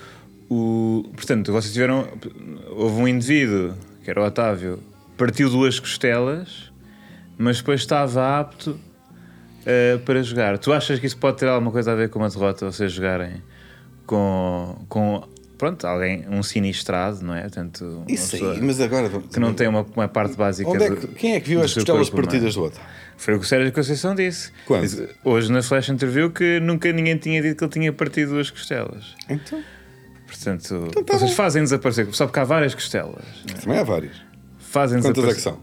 Speaker 2: o, portanto, vocês tiveram. Houve um indivíduo, que era o Otávio, partiu duas costelas, mas depois estava apto eh, para jogar. Tu achas que isso pode ter alguma coisa a ver com uma derrota, vocês jogarem com. com pronto, alguém, um sinistrado, não é? Portanto, uma
Speaker 3: Isso
Speaker 2: pessoa
Speaker 3: aí, mas agora.
Speaker 2: Que não tem uma, uma parte básica.
Speaker 3: Onde é
Speaker 2: do-
Speaker 3: que, quem é que viu
Speaker 2: do
Speaker 3: as
Speaker 2: seu
Speaker 3: costelas
Speaker 2: corpo humano?
Speaker 3: partidas do outro?
Speaker 2: Foi o que o Sérgio Conceição disse.
Speaker 3: Quando?
Speaker 2: Disse, Hoje na Flash Interview que nunca ninguém tinha dito que ele tinha partido duas costelas.
Speaker 3: Então.
Speaker 2: Portanto,
Speaker 3: tá
Speaker 2: vocês
Speaker 3: bom.
Speaker 2: fazem desaparecer, só porque há várias costelas.
Speaker 3: Também há várias.
Speaker 2: Fazem
Speaker 3: Quantas é que
Speaker 2: desaparecer.
Speaker 3: são?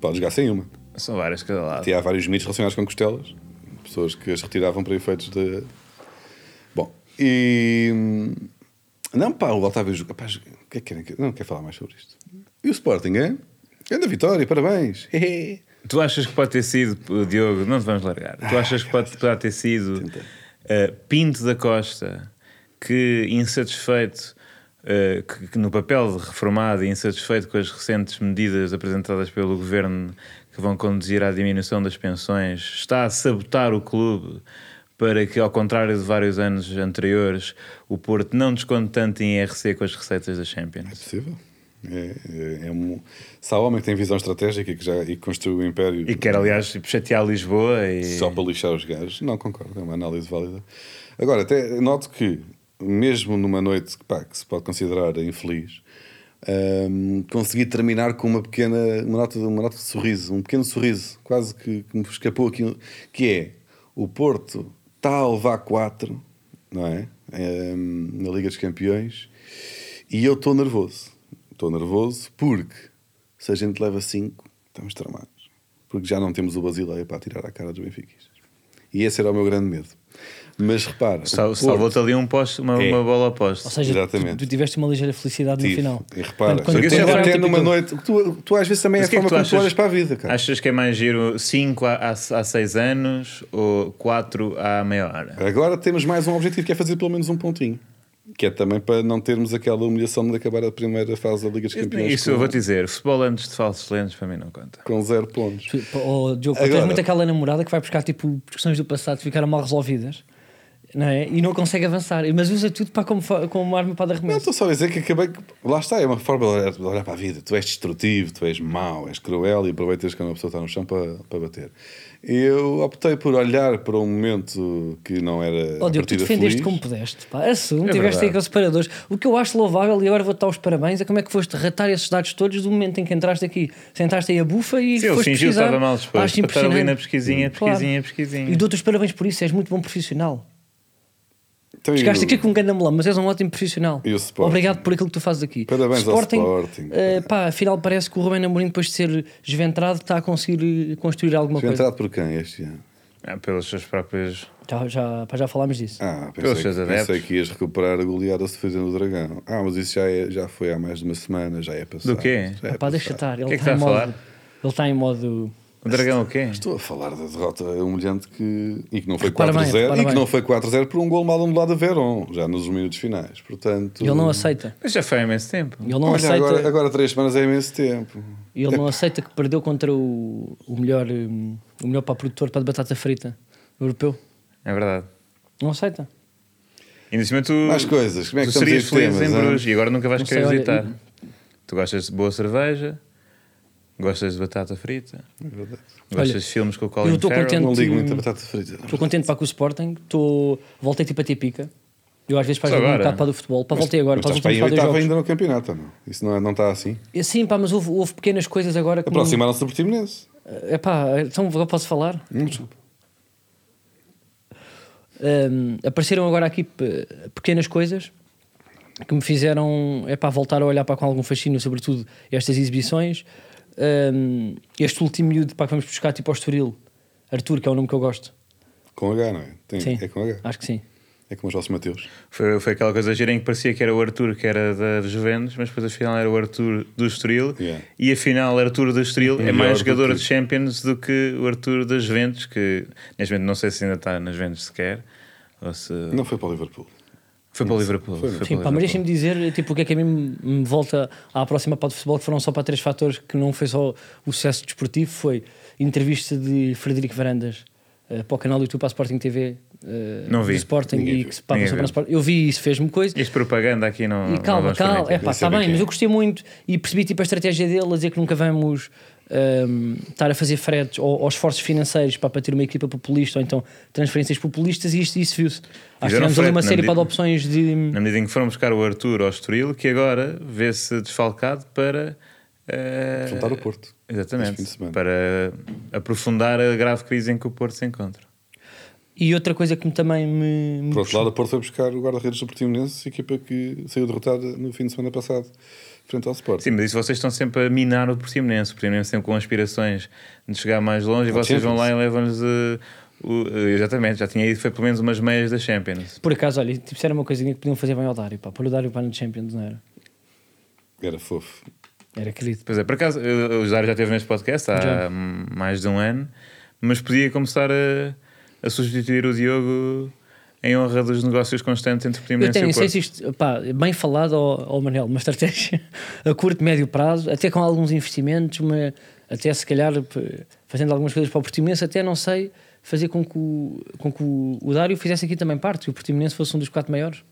Speaker 3: Pode jogar sem uma.
Speaker 2: São várias de cada lado.
Speaker 3: E há vários mitos relacionados com costelas. Pessoas que as retiravam para efeitos de. Bom, e. hum, Não, pá, o Otávio Juca. Pá, Juca, o que é que querem? que- Não quero falar mais sobre isto. E o Sporting, é? Grande vitória, parabéns. É Hehe.
Speaker 2: Tu achas que pode ter sido, Diogo, não te vamos largar. Tu achas que pode, pode ter sido eh, Pinto da Costa que, insatisfeito, eh, que, que no papel de reformado e insatisfeito com as recentes medidas apresentadas pelo governo que vão conduzir à diminuição das pensões, está a sabotar o clube para que, ao contrário de vários anos anteriores, o Porto não desconte tanto em IRC com as receitas da Champions?
Speaker 3: Possível. É, é, é um... Se há homem que tem visão estratégica e que, já, e que construiu o império.
Speaker 2: E quer, aliás, tipo, chatear Lisboa e...
Speaker 3: Só para lixar os gajos, não concordo, é uma análise válida. Agora, até noto que, mesmo numa noite que, pá, que se pode considerar infeliz, hum, consegui terminar com uma pequena uma nota, de- uma nota de sorriso, um pequeno sorriso, quase que, que me escapou aqui, que é o Porto está a levar 4, não é? Hum, na Liga dos Campeões, e eu estou nervoso. Estou nervoso porque se a gente leva 5, estamos tramados. Porque já não temos o Basileia para tirar a cara dos benfiquistas. E esse era o meu grande medo. Mas repara,
Speaker 2: Sal-
Speaker 3: o
Speaker 2: Salvou-te ali um poste, uma,
Speaker 3: É.
Speaker 2: uma bola ao poste.
Speaker 1: Ou seja,
Speaker 3: Exatamente.
Speaker 1: tu, tu tiveste uma ligeira felicidade
Speaker 3: Tive.
Speaker 1: no final.
Speaker 3: E repara,
Speaker 1: Portanto, quando
Speaker 2: Porque
Speaker 1: tu
Speaker 2: isso é
Speaker 1: olhas
Speaker 2: um
Speaker 1: para
Speaker 3: até
Speaker 1: aquilo-
Speaker 3: numa noite. Tu, tu às vezes também é a
Speaker 2: Mas o que é que tu
Speaker 3: forma como tu
Speaker 2: achas-
Speaker 3: olhas para a vida, cara.
Speaker 2: Achas que é mais giro 5 há, há, há 6 anos ou 4 há meia hora?
Speaker 3: Agora temos mais um objetivo que é fazer pelo menos um pontinho. Que é também para não termos aquela humilhação de acabar a primeira fase da Liga dos Campeões
Speaker 2: Isso
Speaker 3: com,
Speaker 2: eu vou te dizer, futebol antes de falsos lentes para mim não conta.
Speaker 3: com zero pontos.
Speaker 1: Tu, pá, oh, Diogo, tu
Speaker 3: Agora-
Speaker 1: tens muito aquela namorada que vai buscar tipo discussões do passado que ficaram mal resolvidas não é? e não consegue avançar, mas usa tudo para como, fa- como arma para dar
Speaker 3: Não,
Speaker 1: remédio.
Speaker 3: estou só a dizer que acabei. que- Lá está, é uma forma de olhar, de olhar para a vida. Tu és destrutivo, tu és mau, és cruel e aproveitas quando a pessoa está no chão para, para bater. Eu optei por olhar para um momento que não era.
Speaker 1: Oh,
Speaker 3: a
Speaker 1: Diogo, tu
Speaker 3: partida
Speaker 1: defendeste
Speaker 3: feliz.
Speaker 1: como pudeste, pá. assume,
Speaker 2: É
Speaker 1: tiveste
Speaker 2: verdade.
Speaker 1: aí com os separadores. O que eu acho louvável, e agora vou-te dar os parabéns, é como é que foste ratar esses dados todos do momento em que entraste aqui, sentaste aí a bufa e
Speaker 2: Sim, ele
Speaker 1: foste
Speaker 2: fingiu que
Speaker 1: pesquisar.
Speaker 2: estava mal disposto
Speaker 1: Acho
Speaker 2: para estar ali
Speaker 1: impressionante. Hum.
Speaker 2: na pesquisinha,
Speaker 1: Claro.
Speaker 2: pesquisinha, pesquisinha.
Speaker 1: E dou-te os parabéns por isso, és muito bom profissional.
Speaker 3: Então,
Speaker 1: Chegaste
Speaker 3: e o-
Speaker 1: aqui com um grande melão, mas és um ótimo profissional.
Speaker 3: E o Sporting?
Speaker 1: Obrigado por aquilo que tu fazes aqui.
Speaker 3: Parabéns ao Sporting.
Speaker 1: eh, pá, afinal parece que o Rubén Amorim, depois de ser desventrado, está a conseguir eh, construir alguma coisa.
Speaker 3: Entrado por quem este ano?
Speaker 2: Ah, pelas suas próprias.
Speaker 1: Já, já, pá, já falámos disso.
Speaker 3: Ah,
Speaker 2: Pelos
Speaker 3: pensei,
Speaker 2: seus
Speaker 3: que-
Speaker 2: adeptos.
Speaker 3: pensei que ias recuperar a goleada se fazendo o dragão. Ah, mas isso já, é- já foi há mais de uma semana, já é passado.
Speaker 2: Do quê?
Speaker 3: Já é
Speaker 1: Ah, pá, deixa
Speaker 3: passado.
Speaker 1: estar.
Speaker 2: O
Speaker 1: Ele
Speaker 2: que é que
Speaker 1: está em
Speaker 2: está a
Speaker 1: modo.
Speaker 2: falar?
Speaker 1: Ele está em modo.
Speaker 2: O dragão o quê?
Speaker 3: Estou a falar da derrota humilhante que... e que não foi
Speaker 1: Repara bem,
Speaker 3: 4-0
Speaker 1: repara
Speaker 3: e que
Speaker 1: bem.
Speaker 3: não foi 4-0 por um gol mal anulado a Verón, já nos minutos finais. Portanto,
Speaker 1: Ele não aceita.
Speaker 2: Mas já foi há imenso tempo.
Speaker 1: Ele não
Speaker 3: Olha,
Speaker 1: aceita.
Speaker 3: agora, agora três semanas é imenso tempo.
Speaker 1: Ele não aceita que perdeu contra o, o melhor hum, o melhor para produtor para de batata frita europeu.
Speaker 2: É verdade.
Speaker 1: Não aceita.
Speaker 2: E nesse momento
Speaker 3: Mais
Speaker 2: tu,
Speaker 3: coisas, como é que
Speaker 2: tu
Speaker 3: estamos a
Speaker 2: serias
Speaker 3: estes
Speaker 2: feliz em
Speaker 3: temas, hã?
Speaker 2: Bruges e agora nunca vais
Speaker 1: Não sei,
Speaker 2: querer
Speaker 1: olha,
Speaker 2: visitar. Tu gostas de boa cerveja, gostas de batata frita,
Speaker 3: É verdade.
Speaker 2: gostas
Speaker 1: Olha,
Speaker 2: de filmes com o Colin
Speaker 1: eu estou
Speaker 2: Farrell.
Speaker 1: contente.
Speaker 3: Não ligo muito a
Speaker 1: Hum.
Speaker 3: batata frita.
Speaker 1: Estou contente para com o Sporting. Estou voltei tipo a ter pica. Eu às vezes faço
Speaker 2: Só
Speaker 1: um
Speaker 2: agora?
Speaker 1: bocado para do futebol. Para voltei agora.
Speaker 3: Mas
Speaker 1: Para os
Speaker 3: estás para aí em
Speaker 1: últimos dois
Speaker 3: oitavo
Speaker 1: jogos.
Speaker 3: ainda no campeonato, ou não? Isso não, é- não está assim.
Speaker 1: Sim, pá, mas houve, houve pequenas coisas agora que.
Speaker 3: Aproximaram-se do Portimonense.
Speaker 1: É pá, então agora posso falar?
Speaker 3: Hum, desculpa.
Speaker 1: Hum, apareceram agora aqui pe- pequenas coisas que me fizeram é para voltar a olhar para com algum fascínio, sobretudo estas exibições. Hum, este último miúdo pá, que vamos buscar, tipo ao Estoril, Arthur, que é o nome que eu gosto.
Speaker 3: Com H, não é? Tem-
Speaker 1: Sim,
Speaker 3: É com H.
Speaker 1: acho que sim.
Speaker 3: É como os José Mateus.
Speaker 2: Foi, foi aquela coisa gira em que parecia que era o Arthur que era da dos Juventus, mas depois afinal era o Arthur do Estoril.
Speaker 3: Yeah.
Speaker 2: E afinal, Arthur do Estoril é
Speaker 3: Melhor
Speaker 2: mais
Speaker 3: do
Speaker 2: jogador
Speaker 3: que-
Speaker 2: de Champions do que o Arthur das Juventus, que neste momento não sei se ainda está nas Juventus sequer. Ou se...
Speaker 3: Não foi para o Liverpool.
Speaker 2: Foi para o Liverpool. Foi,
Speaker 1: Sim,
Speaker 2: para
Speaker 1: pá,
Speaker 2: o
Speaker 1: mas
Speaker 2: Liverpool.
Speaker 1: deixem-me dizer tipo, o que é que a mim me- me volta à próxima para o futebol, que foram só para três fatores, que não foi só o sucesso desportivo, foi entrevista de Frederico Varandas eh, para o canal do YouTube, para a Sporting TV eh,
Speaker 2: Não vi.
Speaker 1: do Sporting
Speaker 3: Ninguém
Speaker 1: e
Speaker 3: viu.
Speaker 1: que se passa
Speaker 2: Ninguém
Speaker 1: sobre
Speaker 2: viu.
Speaker 1: o Sporting. Eu vi isso, fez-me coisa.
Speaker 2: Isto propaganda aqui não.
Speaker 1: E
Speaker 2: não
Speaker 1: calma,
Speaker 2: vamos
Speaker 1: calma,
Speaker 2: permitir.
Speaker 1: é pá,
Speaker 3: sei
Speaker 1: está
Speaker 3: bem
Speaker 1: bem,
Speaker 3: quem
Speaker 1: mas
Speaker 3: é.
Speaker 1: eu gostei muito e percebi tipo a estratégia dele a dizer que nunca vamos hum, estar a fazer fretes ou, ou esforços financeiros para, para ter uma equipa populista ou então transferências populistas e isto, isso viu-se. Acho que
Speaker 2: Fizeram
Speaker 1: tivemos ali
Speaker 2: frete,
Speaker 1: uma
Speaker 2: não
Speaker 1: série
Speaker 2: me
Speaker 1: pá, de
Speaker 2: digo.
Speaker 1: opções de.
Speaker 2: Na medida em que foram buscar o Arthur ao Estoril, que agora vê-se desfalcado para.
Speaker 1: É.
Speaker 2: eh,
Speaker 3: Enfrentar o Porto. Este fim de
Speaker 2: Exatamente.
Speaker 3: semana.
Speaker 2: Para aprofundar a grave crise em que o Porto se encontra.
Speaker 1: E outra coisa que me- também me. me
Speaker 3: Por outro
Speaker 1: puxou-
Speaker 3: lado, o Porto foi buscar o guarda-redes do Portimonense, equipa que saiu derrotada no fim de semana passado, frente ao Sporting.
Speaker 2: Sim, mas isso vocês estão sempre a minar o Portimonense. O Portimonense sempre com aspirações de chegar mais longe e
Speaker 3: Ao
Speaker 2: vocês vão lá e
Speaker 3: Champions.
Speaker 2: levam-nos. eh, o- eh, exatamente, já tinha ido, foi pelo menos umas meias da Champions.
Speaker 1: Por acaso, olha, tipo, isso era uma coisinha que podiam fazer bem ao Dário, pá, pôr o Dário para no Champions, não era?
Speaker 3: Era fofo.
Speaker 1: Era querido.
Speaker 2: Pois é, por acaso, eh, o Dário já esteve neste podcast há
Speaker 1: Já.
Speaker 2: hum, mais de um ano, mas podia começar a, a substituir o Diogo em honra dos negócios constantes entre o
Speaker 1: Eu
Speaker 2: Portimonense e
Speaker 1: tenho,
Speaker 2: o
Speaker 1: não sei
Speaker 2: Porto.
Speaker 1: se isto, pá, bem falado ao, ao Manel, uma estratégia a curto, médio prazo, até com alguns investimentos, uma, até se calhar p- fazendo algumas coisas para o Portimonense, até não sei fazer com que o, com que o, o Dário fizesse aqui também parte, que o Portimonense fosse um dos quatro maiores.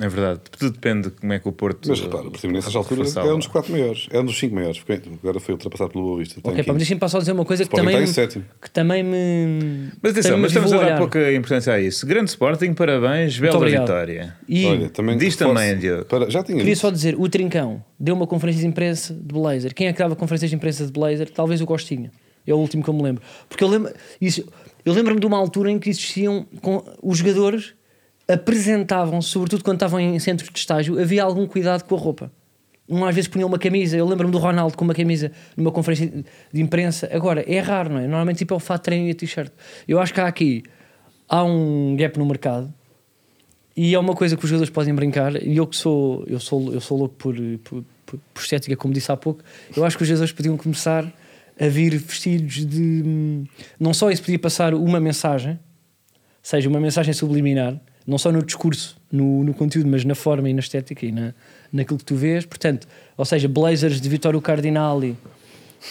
Speaker 2: É verdade, tudo depende de como é que o Porto.
Speaker 3: Mas repara, o Portimonense, nesta altura,
Speaker 2: reforçava.
Speaker 3: é um dos quatro maiores. É um dos cinco maiores. porque Agora foi ultrapassado pelo Boa Vista. Tem
Speaker 1: ok, pá, mas
Speaker 3: quinze.
Speaker 1: deixem-me só dizer uma coisa que
Speaker 3: Sporting
Speaker 1: também,
Speaker 3: está tá em sétimo.
Speaker 1: que também me.
Speaker 2: Mas atenção,
Speaker 1: também me
Speaker 2: mas estamos a
Speaker 1: desvou
Speaker 2: dar
Speaker 1: olhar.
Speaker 2: pouca importância a isso. Grande Sporting, parabéns, bela
Speaker 1: obrigado.
Speaker 2: vitória.
Speaker 1: E
Speaker 3: Olha, também
Speaker 2: Diz
Speaker 3: reforço-
Speaker 2: também, Diogo.
Speaker 3: Para- já tinha
Speaker 1: Queria
Speaker 3: dito.
Speaker 1: só dizer, o Trincão deu uma conferência de imprensa de Blazer. Quem é que dava conferências de imprensa de Blazer? Talvez o Costinha. É o último que eu me lembro. Porque eu lembro isso, eu lembro-me de uma altura em que existiam com, os jogadores apresentavam, sobretudo quando estavam em centros de estágio, havia algum cuidado com a roupa. Um às vezes punha uma camisa, eu lembro-me do Ronaldo com uma camisa numa conferência de imprensa. Agora, é raro, não é? Normalmente tipo é o fato de treino e a t-shirt. Eu acho que há aqui há um gap no mercado e é uma coisa que os jogadores podem brincar, e eu que sou, eu sou, eu sou louco por, por, por- por estética, como disse há pouco, eu acho que os jogadores podiam começar a vir vestidos de. hum, Não só isso podia passar uma mensagem, seja uma mensagem subliminar, não só no discurso, no, no conteúdo, mas na forma e na estética e na, naquilo que tu vês. Portanto, ou seja, blazers de Vittorio Cardinali,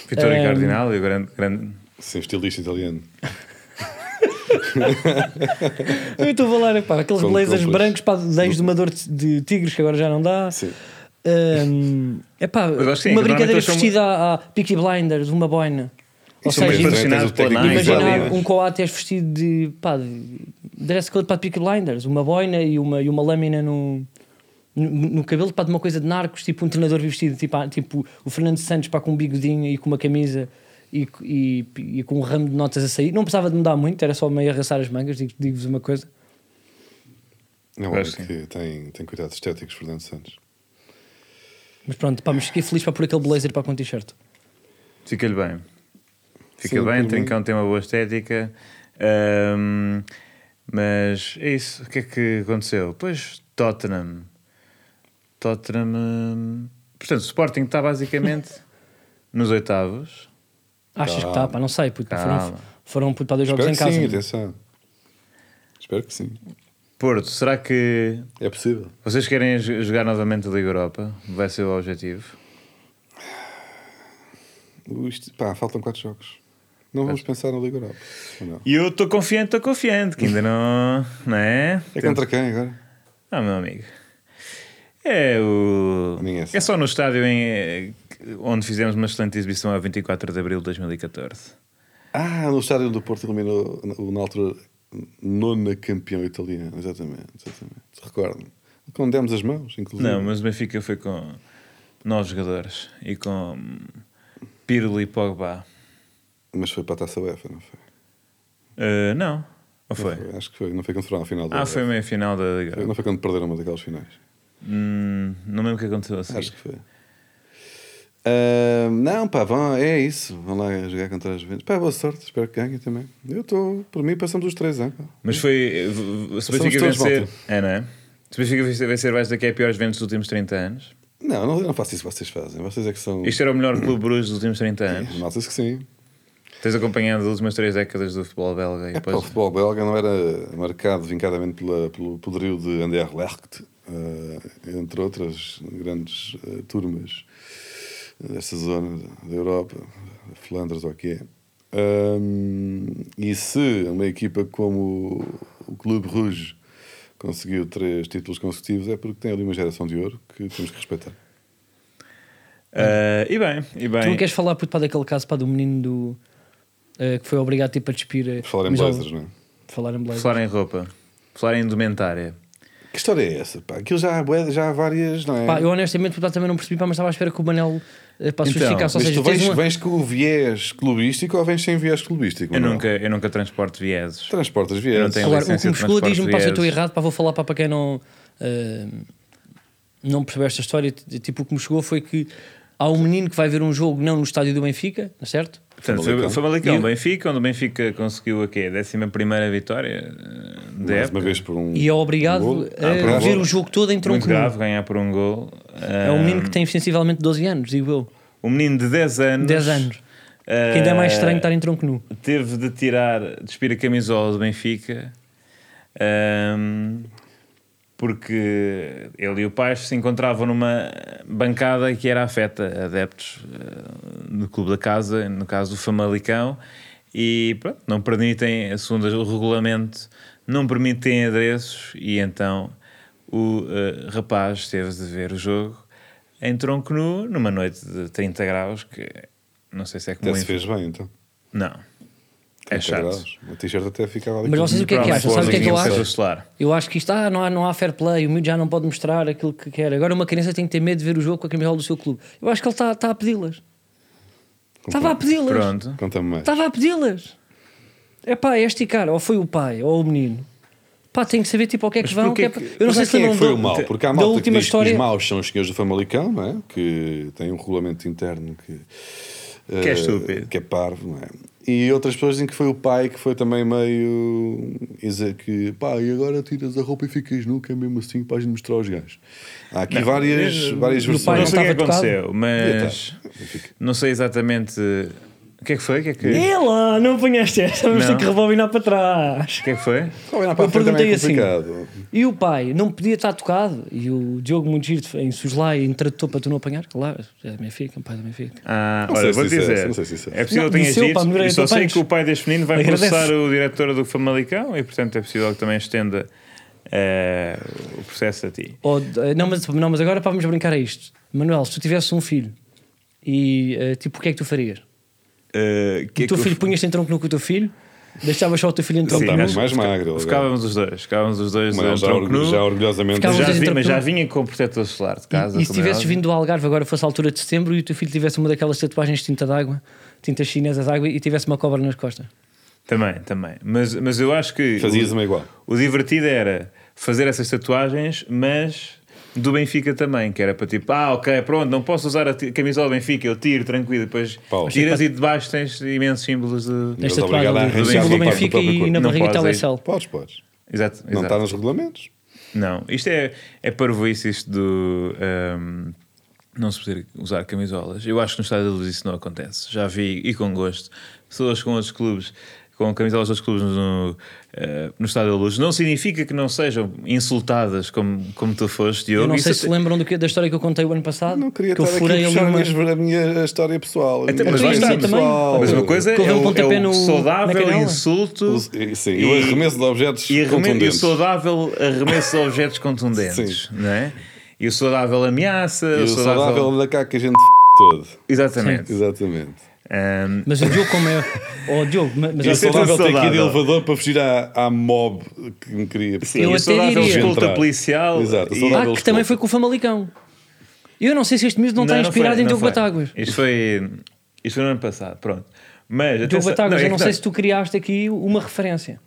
Speaker 2: Vitória
Speaker 1: Ahm.
Speaker 2: Cardinal e o grande. grande...
Speaker 3: Sim, estilista italiano.
Speaker 1: Eu estou a falar, pá, aqueles
Speaker 3: Como
Speaker 1: blazers
Speaker 3: compras.
Speaker 1: brancos, pá, desenhos de uma dor de de tigres que agora já não dá.
Speaker 3: Sim.
Speaker 1: Ahm, epá,
Speaker 2: Mas acho que sim,
Speaker 1: uma
Speaker 2: que
Speaker 1: brincadeira
Speaker 2: normalmente são-
Speaker 1: vestida a, a Peaky Blinders, uma boina. Ou
Speaker 2: São
Speaker 1: seja,
Speaker 2: bem
Speaker 3: Mas
Speaker 1: ima-
Speaker 3: também tens
Speaker 2: patrocinados
Speaker 3: o
Speaker 2: pela
Speaker 3: técnico
Speaker 2: Nike.
Speaker 3: dos
Speaker 1: imaginar
Speaker 3: Adidas.
Speaker 1: um coates vestido de, pá, de dress code para de Peaky Blinders, uma boina e uma, e uma lâmina no, no, no cabelo, pá, de uma coisa de narcos, tipo um treinador vestido, tipo, ah, tipo o Fernando Santos, pá, com um bigodinho e com uma camisa e, co- e- e com um ramo de notas a sair. Não precisava de mudar muito, era só meio arrasar as mangas, digo- digo-vos uma coisa.
Speaker 3: É um homem
Speaker 2: Gosto, sim.
Speaker 3: que tem, tem cuidados estéticos, Fernando Santos.
Speaker 1: Mas pronto, pá, mas fiquei feliz para pôr aquele blazer para com um t-shirt.
Speaker 2: Fica-lhe bem. Fica-lhe
Speaker 3: Sim,
Speaker 2: bem,
Speaker 3: por mim.
Speaker 2: Trincão tem uma boa estética. Ahm, mas é isso. O que é que aconteceu? Pois Tottenham. Tottenham. hum, Portanto, o Sporting está basicamente nos oitavos.
Speaker 1: Achas que está, pá, não sei, puto, foram,
Speaker 2: Calma.
Speaker 1: foram puto, para dois jogos
Speaker 3: Espero
Speaker 1: em casa.
Speaker 3: que
Speaker 1: é?
Speaker 3: sim, atenção. Espero que sim.
Speaker 2: Porto, será que
Speaker 3: É possível.
Speaker 2: vocês querem jo- jogar novamente a Liga Europa? Vai ser o objetivo.
Speaker 3: O isto- pá, faltam quatro jogos. Não vamos pensar na Liga Europa. ou não? É
Speaker 2: E eu estou confiante, estou confiante, que ainda não. Não é?
Speaker 3: É contra quem agora?
Speaker 2: Ah, meu amigo. É o.
Speaker 3: Ninguém
Speaker 2: É
Speaker 3: sabe.
Speaker 2: só no estádio em, onde fizemos uma excelente exibição a 24 de abril de 2014.
Speaker 3: Ah, no estádio do Porto eliminou o na altura nona campeão italiano. Exatamente, exatamente. Recordo-me. Quando demos as mãos, inclusive.
Speaker 2: Não, mas o Benfica foi com nove jogadores e com Pirlo e Pogba.
Speaker 3: Mas foi para a taça UEFA, não foi?
Speaker 2: Ah, não, ou foi?
Speaker 3: Acho que foi. Não foi quando foram à final da
Speaker 2: Ah, foi a meia final da Liga.
Speaker 3: UEFA. Não foi quando perderam uma daquelas finais.
Speaker 2: Hum, não lembro o que aconteceu assim.
Speaker 3: Acho que foi. Ah, não, pá, vão, é isso. Vão lá jogar contra as Juventus. Pá, boa sorte, espero que ganhem também. Eu estou, por mim, passamos os três anos.
Speaker 2: Mas foi. v- v- Se o Benfica
Speaker 3: todos
Speaker 2: vencer.
Speaker 3: malta.
Speaker 2: É, não é? Se o Benfica vencer, vencer vais daqui a piores ventos dos últimos 30 anos.
Speaker 3: Não, não, eu não faço isso que vocês fazem. Vocês é que são.
Speaker 2: Este era o melhor clube bruxo dos últimos 30 anos.
Speaker 3: Notas que sim.
Speaker 2: Tens acompanhado as últimas três décadas do futebol belga e
Speaker 3: É, pá, o
Speaker 2: depois
Speaker 3: futebol belga não era marcado vincadamente pela, pelo poderio de Anderlecht, eh, entre outras grandes eh, turmas eh, desta zona da Europa, Flandres ou o que é. Ahm, e se uma equipa como o Clube Rouge conseguiu três títulos consecutivos, é porque tem ali uma geração de ouro que temos que respeitar.
Speaker 2: Ah, e bem, e bem.
Speaker 1: Tu não queres falar puto, pá, daquele caso pá, do menino do, eh, que foi obrigado tipo, a despir. eh,
Speaker 3: Falar em
Speaker 1: mas, ó,
Speaker 3: blazers, não é?
Speaker 1: Falar em blazer.
Speaker 2: Falar em roupa, falar em indumentária.
Speaker 3: Que história é essa? Pá? Aquilo já há, bué- já há várias, não é?
Speaker 1: Pá, eu honestamente puto, pá, também não percebi, pá, mas estava à espera que o Manel eh, pá,
Speaker 2: Então,
Speaker 1: justificasse. Ou
Speaker 3: Mas
Speaker 1: seja,
Speaker 3: tu
Speaker 1: tens
Speaker 3: vens,
Speaker 1: uma-
Speaker 3: vens com o viés clubístico ou vens sem viés clubístico?
Speaker 2: Eu
Speaker 3: Manuel?
Speaker 2: nunca, eu nunca transporto
Speaker 3: Tá
Speaker 2: vieses.
Speaker 3: Transportas
Speaker 2: Eu
Speaker 3: viés.
Speaker 2: não tenho-
Speaker 1: Agora, o que
Speaker 2: licença
Speaker 1: me
Speaker 2: de
Speaker 1: chegou
Speaker 2: transporte
Speaker 1: diz-me, pá, se eu estou
Speaker 2: viés.
Speaker 1: errado, pá, vou falar pá, para quem não, eh, não percebeu esta história. t- Tipo, o que me chegou foi que há um menino que vai ver um jogo não no estádio do Benfica, não é certo?
Speaker 2: Portanto,
Speaker 3: Famalicão.
Speaker 2: foi, foi Malicão,
Speaker 1: E-
Speaker 2: Benfica, onde o Benfica conseguiu a quê? A 11 vitória eh, da
Speaker 3: Mais
Speaker 2: época.
Speaker 3: uma vez por um.
Speaker 1: E é
Speaker 3: um
Speaker 1: obrigado
Speaker 3: golo.
Speaker 1: a
Speaker 3: Ah, bravo.
Speaker 1: ver o jogo todo em tronco
Speaker 2: Muito
Speaker 1: nu.
Speaker 2: grave ganhar por um gol.
Speaker 1: É um menino que tem sensivelmente 12 anos, digo eu.
Speaker 2: Um menino de 10 anos.
Speaker 1: 10 anos.
Speaker 2: eh,
Speaker 1: Que ainda é mais estranho estar em tronco nu.
Speaker 2: Teve de tirar, despir a camisola do Benfica. ehm, porque ele e o pai se encontravam numa bancada que era afeta adeptos eh, do Clube da Casa, no caso do Famalicão, e pronto, não permitem, segundo o regulamento, não permitem adereços, e então o eh, rapaz teve de ver o jogo em tronco nu, numa noite de 30 graus, que não sei se é como
Speaker 3: Até se
Speaker 2: em-
Speaker 3: fez bem, então.
Speaker 2: Não. É
Speaker 3: 30
Speaker 2: chato.
Speaker 3: graus. O t-shirt até ficava ali.
Speaker 1: Mas
Speaker 3: com-
Speaker 1: vocês o que é que acham? Sabe o que é que eu
Speaker 2: Provavelmente
Speaker 1: acho?
Speaker 2: solar.
Speaker 1: Eu acho que isto, ah, não há, não há fair play, o miúdo já não pode mostrar aquilo que quer. Agora uma criança tem que ter medo de ver o jogo com a camisola do seu clube. Eu acho que ele está está a pedi-las. Estava a pedi-las.
Speaker 2: Pronto.
Speaker 3: Conta-me mais.
Speaker 1: Estava a pedi-las. É pá, é esticar, ou foi o pai, ou o menino. Pá, tem que saber tipo ao que é que
Speaker 2: Mas
Speaker 1: vão.
Speaker 2: porquê
Speaker 1: que é
Speaker 2: que-
Speaker 1: pa- Eu não
Speaker 3: Mas
Speaker 1: sei
Speaker 3: há
Speaker 1: se
Speaker 3: quem é
Speaker 1: lembram
Speaker 3: que foi o
Speaker 1: do-
Speaker 3: mal, porque há
Speaker 1: da
Speaker 3: malta que
Speaker 1: última
Speaker 3: diz que
Speaker 1: história-
Speaker 3: os maus são os senhores do Famalicão, não é? Que têm um regulamento interno que,
Speaker 2: Que é
Speaker 3: eh,
Speaker 2: estúpido.
Speaker 3: que é parvo, não é? E outras pessoas dizem que foi o pai que foi também meio. dizer que pá, e agora tiras a roupa e ficas nu, que é mesmo assim para a gente mostrar aos gajos. Há aqui várias, várias
Speaker 1: do pai
Speaker 2: não
Speaker 3: versões.
Speaker 2: sei o que é que
Speaker 1: estava tocado?
Speaker 2: aconteceu, mas não sei exatamente o que é que foi. O que é que, o
Speaker 1: Ela, não apanhaste esta, vamos
Speaker 2: Não.
Speaker 1: ter que rebobinar para trás.
Speaker 2: que, é que foi?
Speaker 3: Olhar para
Speaker 1: Eu
Speaker 3: a frente também é
Speaker 1: perguntei assim.
Speaker 3: complicado.
Speaker 1: E o pai não podia estar tocado, e o Diogo Mungir em Suslai em tradutor para tu não apanhar, claro, é da minha filha, é o pai da minha filha.
Speaker 2: Ah,
Speaker 3: Não sei
Speaker 2: olha,
Speaker 3: se
Speaker 2: vou
Speaker 3: disse
Speaker 2: dizer.
Speaker 3: essa, não sei se disse essa.
Speaker 2: é possível
Speaker 1: Não,
Speaker 2: que tenha
Speaker 1: disse eu, pá,
Speaker 2: sido.
Speaker 1: melhorei
Speaker 2: E
Speaker 1: a
Speaker 2: só
Speaker 1: tua
Speaker 2: sei
Speaker 1: punch.
Speaker 2: que o pai deste menino vai
Speaker 1: Agradece.
Speaker 2: processar o diretor do Famalicão e, portanto, é possível que também estenda eh, o processo a ti.
Speaker 1: Ou, eh, não, mas, não, mas agora pá, vamos brincar a isto. Manuel, se tu tivesses um filho e eh, tipo, o que é que tu farias?
Speaker 3: Eh,
Speaker 2: que
Speaker 3: é
Speaker 1: o teu filho punhas-te em tronco nu com o teu filho? Deixavas só o teu filho em tronco
Speaker 3: Sim,
Speaker 1: nu?
Speaker 3: acho- Então tá, mais magro, agora.
Speaker 2: Ficávamos os dois. Ficávamos os dois.
Speaker 3: Mas
Speaker 2: durante
Speaker 3: já,
Speaker 2: o tronco nu.
Speaker 3: orgulho- já orgulhosamente.
Speaker 1: Ficava-
Speaker 2: Já
Speaker 1: Ficávamos
Speaker 2: vi-
Speaker 1: em
Speaker 2: mas já
Speaker 1: tronco nu.
Speaker 2: vinha com o protetor solar de casa.
Speaker 1: E, e se
Speaker 2: como é
Speaker 1: tivesses
Speaker 2: óbvio.
Speaker 1: vindo do Algarve agora fosse a altura de setembro e o teu filho tivesse uma daquelas tatuagens de tinta d'água, tintas chinesas d'água e tivesse uma cobra nas costas?
Speaker 2: Também, também. Mas, mas eu acho que.
Speaker 3: Fazias uma igual.
Speaker 2: O divertido era fazer essas tatuagens, mas do Benfica também, que era para tipo, ah, ok, pronto, não posso usar a ti- camisola do Benfica, eu tiro, tranquilo, e depois
Speaker 3: Paulo.
Speaker 2: tiras e debaixo tens imensos símbolos de.
Speaker 1: Tens
Speaker 3: Mas obrigado
Speaker 1: tatuagem
Speaker 3: a
Speaker 1: do- do
Speaker 3: arranjar
Speaker 1: símbolo do
Speaker 3: uma parte do
Speaker 1: Benfica
Speaker 3: próprio
Speaker 1: e
Speaker 3: corpo.
Speaker 1: na
Speaker 2: Não
Speaker 1: barriga
Speaker 2: podes
Speaker 1: está o
Speaker 2: aí.
Speaker 1: SL.
Speaker 3: Podes, podes.
Speaker 2: Exato,
Speaker 3: Não
Speaker 2: exato.
Speaker 3: está nos regulamentos.
Speaker 2: Não, isto é, é parvoíce isto do ahm, não se poder usar camisolas. Eu acho que no Estádio da Luz isso não acontece. Já vi, e com gosto, pessoas com outros clubes, com camisolas dos clubes no, ah, no Estádio da Luz. Não significa que não sejam insultadas como, como tu foste, Diogo.
Speaker 1: Eu não sei
Speaker 2: Isso é
Speaker 1: se
Speaker 2: até-
Speaker 1: lembram do que, da história que eu contei o ano passado.
Speaker 3: Não queria
Speaker 1: que eu
Speaker 3: estar aqui
Speaker 1: furei
Speaker 3: a
Speaker 1: ali
Speaker 3: puxar a
Speaker 1: uma.
Speaker 3: minha, a minha história pessoal. A
Speaker 2: Até-
Speaker 3: minha
Speaker 2: mas lá
Speaker 1: Sim,
Speaker 2: está,
Speaker 1: sim, também.
Speaker 3: pessoal.
Speaker 2: mas uma coisa
Speaker 1: Que houve
Speaker 2: é
Speaker 1: um
Speaker 2: o, é
Speaker 1: pontapé
Speaker 2: o
Speaker 1: no- na
Speaker 2: saudável
Speaker 1: canela.
Speaker 2: insulto
Speaker 3: eh, Sim, e o arremesso de objetos
Speaker 2: e, arreme- e o
Speaker 3: contundentes.
Speaker 2: saudável arremesso de objetos contundentes,
Speaker 3: Sim.
Speaker 2: não é? E o saudável ameaça,
Speaker 3: E
Speaker 2: o
Speaker 3: o
Speaker 2: saudável.
Speaker 3: saudável da cá que a gente todo.
Speaker 2: Exatamente.
Speaker 3: Exatamente.
Speaker 2: Ahm,
Speaker 1: Mas o Diogo, como é. Oh, Diogo, mas- mas
Speaker 3: E
Speaker 2: Isso
Speaker 3: o
Speaker 2: é
Speaker 1: eu-
Speaker 2: tudo
Speaker 3: saudável tem que ir de
Speaker 2: saudável.
Speaker 3: elevador para fugir à, à mob que me queria.
Speaker 2: Sim,
Speaker 1: Eu
Speaker 2: eu
Speaker 1: até
Speaker 2: saudável
Speaker 1: diria.
Speaker 2: escolta
Speaker 3: Entrar.
Speaker 2: policial.
Speaker 3: Exato,
Speaker 2: e-
Speaker 3: saudável.
Speaker 1: Ah, que também foi com o Famalicão. Eu não sei se este miúdo não, está inspirado
Speaker 2: foi,
Speaker 1: em Diogo
Speaker 2: foi.
Speaker 1: Batáguas.
Speaker 2: Isto foi, isto foi no ano passado, pronto. Mas,
Speaker 1: Diogo
Speaker 2: atenção-
Speaker 1: Batáguas,
Speaker 2: é
Speaker 1: eu não
Speaker 2: que
Speaker 1: sei se tu criaste aqui uma referência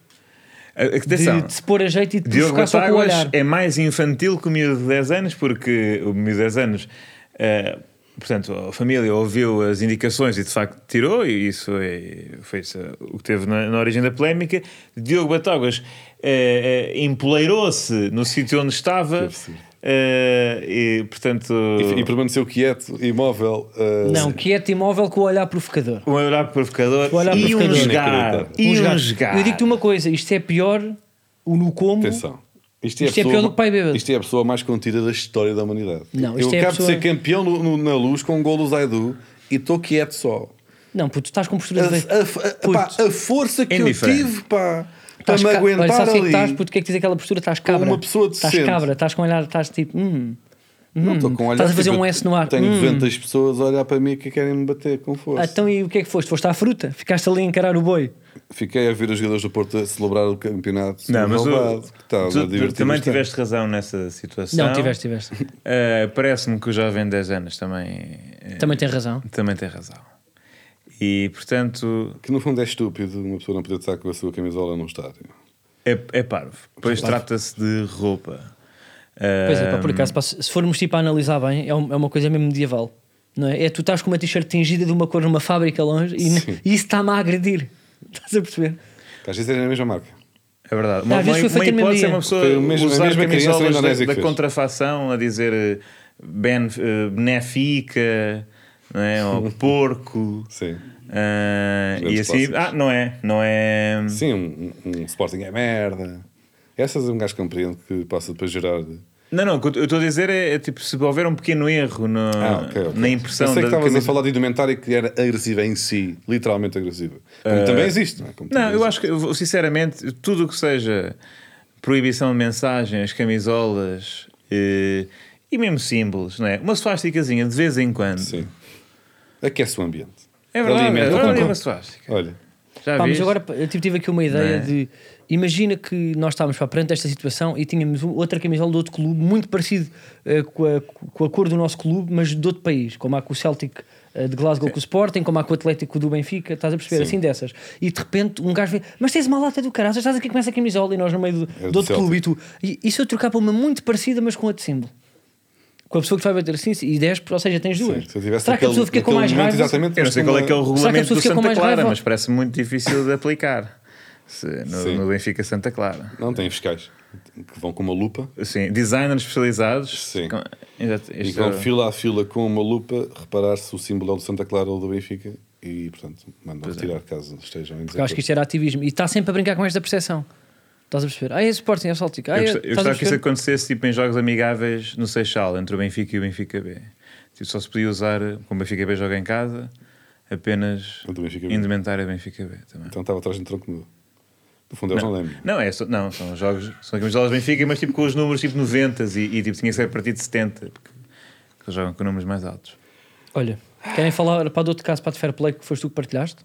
Speaker 2: a- a-
Speaker 1: de,
Speaker 2: Atenção,
Speaker 1: de se pôr a jeito e de te
Speaker 2: Diogo
Speaker 1: focar só com o
Speaker 2: Batáguas
Speaker 1: olhar.
Speaker 2: é mais infantil que o miúdo de 10 anos, porque o miúdo de 10 anos, eh, portanto, a família ouviu as indicações e de facto tirou, e isso foi, foi isso, eh, o que teve na, na origem da polémica. Diogo Batáguas eh, eh, empoleirou-se no sítio onde estava. eh, e portanto
Speaker 3: E, e permaneceu quieto, imóvel.
Speaker 2: é-
Speaker 3: ah,
Speaker 1: Não, quieto e imóvel com o olhar provocador.
Speaker 2: Um olhar provocador
Speaker 1: O olhar
Speaker 2: e um
Speaker 1: provocador.
Speaker 2: jogar.
Speaker 3: Inacreditável.
Speaker 2: E um
Speaker 1: gatos.
Speaker 2: jogar.
Speaker 1: Eu digo-te uma coisa: isto é pior, o no como.
Speaker 3: Atenção. Isto
Speaker 1: Isto é pior do que pai bêbado.
Speaker 3: Isto é a pessoa mais contida da história da humanidade.
Speaker 1: Não,
Speaker 3: eu
Speaker 1: isto é a
Speaker 3: acabo
Speaker 1: pessoa-
Speaker 3: de ser campeão no- no- na luz com um golo Zaidu e estou quieto só.
Speaker 1: Não, puto, estás com postura de.
Speaker 3: A, a- a-
Speaker 1: é Puto.
Speaker 3: pá, a força que eu
Speaker 2: Indiferente.
Speaker 3: tive pá, para
Speaker 1: Estás
Speaker 3: me
Speaker 1: ca-
Speaker 3: aguentar
Speaker 1: Olha, sabes o que é que
Speaker 3: ali.
Speaker 1: estás? Puto, o que é que diz aquela postura? Estás cabra.
Speaker 3: uma pessoa
Speaker 1: Estás
Speaker 3: decente.
Speaker 1: cabra, estás com olhar, estás tipo. Hum,
Speaker 3: Não estou com olhar,
Speaker 1: Estás a fazer
Speaker 3: tipo,
Speaker 1: um S no ar.
Speaker 3: Tenho
Speaker 1: Hum.
Speaker 3: 200 pessoas a olhar para mim que querem me bater com força.
Speaker 1: então e o que é que foste? Foste à fruta? Ficaste ali a encarar o boi?
Speaker 3: Fiquei a ver os jogadores do Porto a celebrar o campeonato.
Speaker 2: Não, mas o-
Speaker 3: roubado, que estava
Speaker 2: tu-
Speaker 3: a
Speaker 2: tu,
Speaker 3: divertir
Speaker 2: também
Speaker 3: bastante.
Speaker 2: tiveste razão nessa situação.
Speaker 1: Não, tiveste, tiveste.
Speaker 2: Eh, Parece-me que o jovem de 10 anos também, eh,
Speaker 1: É. Também tem razão.
Speaker 2: também tem razão. E portanto
Speaker 3: Que no fundo é estúpido uma pessoa não poder estar com a sua camisola num estádio.
Speaker 2: é, é parvo. Pois trata-se de roupa. Eh,
Speaker 1: Pois é, pá, por acaso, pá, se se formos tipo a analisar bem, é, um- é uma coisa mesmo medieval. Não é? é tu estás com uma t-shirt tingida de uma cor numa fábrica longe e, ne- e isso está-me a agredir. Estás a perceber?
Speaker 3: Às vezes era a mesma marca.
Speaker 2: É verdade. Uma,
Speaker 1: Às
Speaker 2: uma,
Speaker 1: vezes foi
Speaker 2: uma
Speaker 1: feito no
Speaker 2: hipótese é
Speaker 1: dia.
Speaker 2: uma pessoa
Speaker 3: Foi o mesmo- a
Speaker 2: usar
Speaker 3: mesma criança na
Speaker 2: camisolas da,
Speaker 3: Indonésia que
Speaker 2: da
Speaker 3: fez.
Speaker 2: contrafação a dizer eh, ben, eh, benefica não é? ou porco.
Speaker 3: Sim.
Speaker 2: Ah, e
Speaker 3: Os grandes
Speaker 2: assim,
Speaker 3: clássicos.
Speaker 2: ah, não é, não é.
Speaker 3: Sim, um, um- um Sporting é merda. Essas um gajo compreende que passa depois gerar.
Speaker 2: Não, não, o que eu estou a dizer é, é, tipo se houver um pequeno erro no-
Speaker 3: Ah, ok. ok.
Speaker 2: na impressão
Speaker 3: Eu sei que
Speaker 2: da
Speaker 3: estavas a
Speaker 2: camisa-
Speaker 3: falar de indumentária que era agressiva em si, literalmente agressiva. Como também existe, não é? Como
Speaker 2: Ah. Não,
Speaker 3: também
Speaker 2: eu
Speaker 3: existe.
Speaker 2: acho que, eu- sinceramente, tudo o que seja proibição de mensagens, camisolas eh, e mesmo símbolos, não é? Uma suasticazinha de vez em quando.
Speaker 3: Sim. Aquece o ambiente.
Speaker 2: É verdade,
Speaker 3: Alimenta o
Speaker 2: agora é
Speaker 3: concordo.
Speaker 2: uma suástica.
Speaker 3: Olha,
Speaker 2: Já
Speaker 1: Pá, mas
Speaker 2: viste?
Speaker 1: agora eu tive aqui uma ideia
Speaker 2: Não é?
Speaker 1: de. Imagina que nós estávamos para perante esta situação e tínhamos um- outra camisola de outro clube, muito parecido eh, com, a, com a cor do nosso clube, mas de outro país, como há com o Celtic eh, de Glasgow com o Sporting, como há com o Atlético do Benfica, estás a perceber? Assim dessas. E de repente um gajo vê, mas tens uma lata do caralho, estás aqui com essa camisola e nós no meio do,
Speaker 3: É
Speaker 1: de
Speaker 3: do
Speaker 1: outro
Speaker 3: Celtic.
Speaker 1: clube e tu. E, e se eu trocar para uma muito parecida, mas com outro símbolo? Com a pessoa que te vai bater assim e 10, ou seja, tens duas.
Speaker 3: sim, se eu tivesse
Speaker 1: Será que a
Speaker 3: naquele-
Speaker 1: pessoa fica com
Speaker 3: naquele
Speaker 1: mais
Speaker 3: momento,
Speaker 1: raiva?
Speaker 3: Exatamente,
Speaker 2: Eu não sei qual é que é o
Speaker 3: uma-
Speaker 1: Será que a
Speaker 2: regulamento
Speaker 1: pessoa
Speaker 2: do
Speaker 1: fica com
Speaker 2: Santa
Speaker 1: mais
Speaker 2: Clara,
Speaker 1: raiva?
Speaker 2: mas parece muito difícil de aplicar Se- no,
Speaker 3: Sim.
Speaker 2: no Benfica Santa Clara.
Speaker 3: Não, tem fiscais que vão com uma lupa
Speaker 2: Sim, designers especializados.
Speaker 3: Sim.
Speaker 2: Com- Exato,
Speaker 3: e
Speaker 2: isto-
Speaker 1: é-
Speaker 3: vão fila a fila com uma lupa reparar se o símbolo é o do Santa Clara ou do Benfica e, portanto, mandam retirar caso estejam em
Speaker 1: é. Porque eu acho que isto era ativismo. E está sempre a brincar com esta percepção. Estás a perceber? Ah, é Sporting, é Celtic. Ah, é...
Speaker 2: eu gostava, eu
Speaker 1: estás a
Speaker 2: gostava que isso
Speaker 1: perceber?
Speaker 2: acontecesse tipo, em jogos amigáveis no Seixal, entre o Benfica e o Benfica B. Tipo, só se podia usar, como o Benfica B joga em casa, apenas
Speaker 3: O do Benfica B.
Speaker 2: indumentária Benfica B também.
Speaker 3: Então estava atrás de um tronco nu. No fundo, eles não,
Speaker 2: Não,
Speaker 3: lembram.
Speaker 2: não, é só- não, são jogos, são camisolas do Benfica, mas tipo com os números tipo 90 e, e, tipo, tinha que ser a partir de 70, porque eles jogam com números mais altos. é
Speaker 1: Olha, querem falar para o outro caso, para o de Fair Play, que foste tu que partilhaste?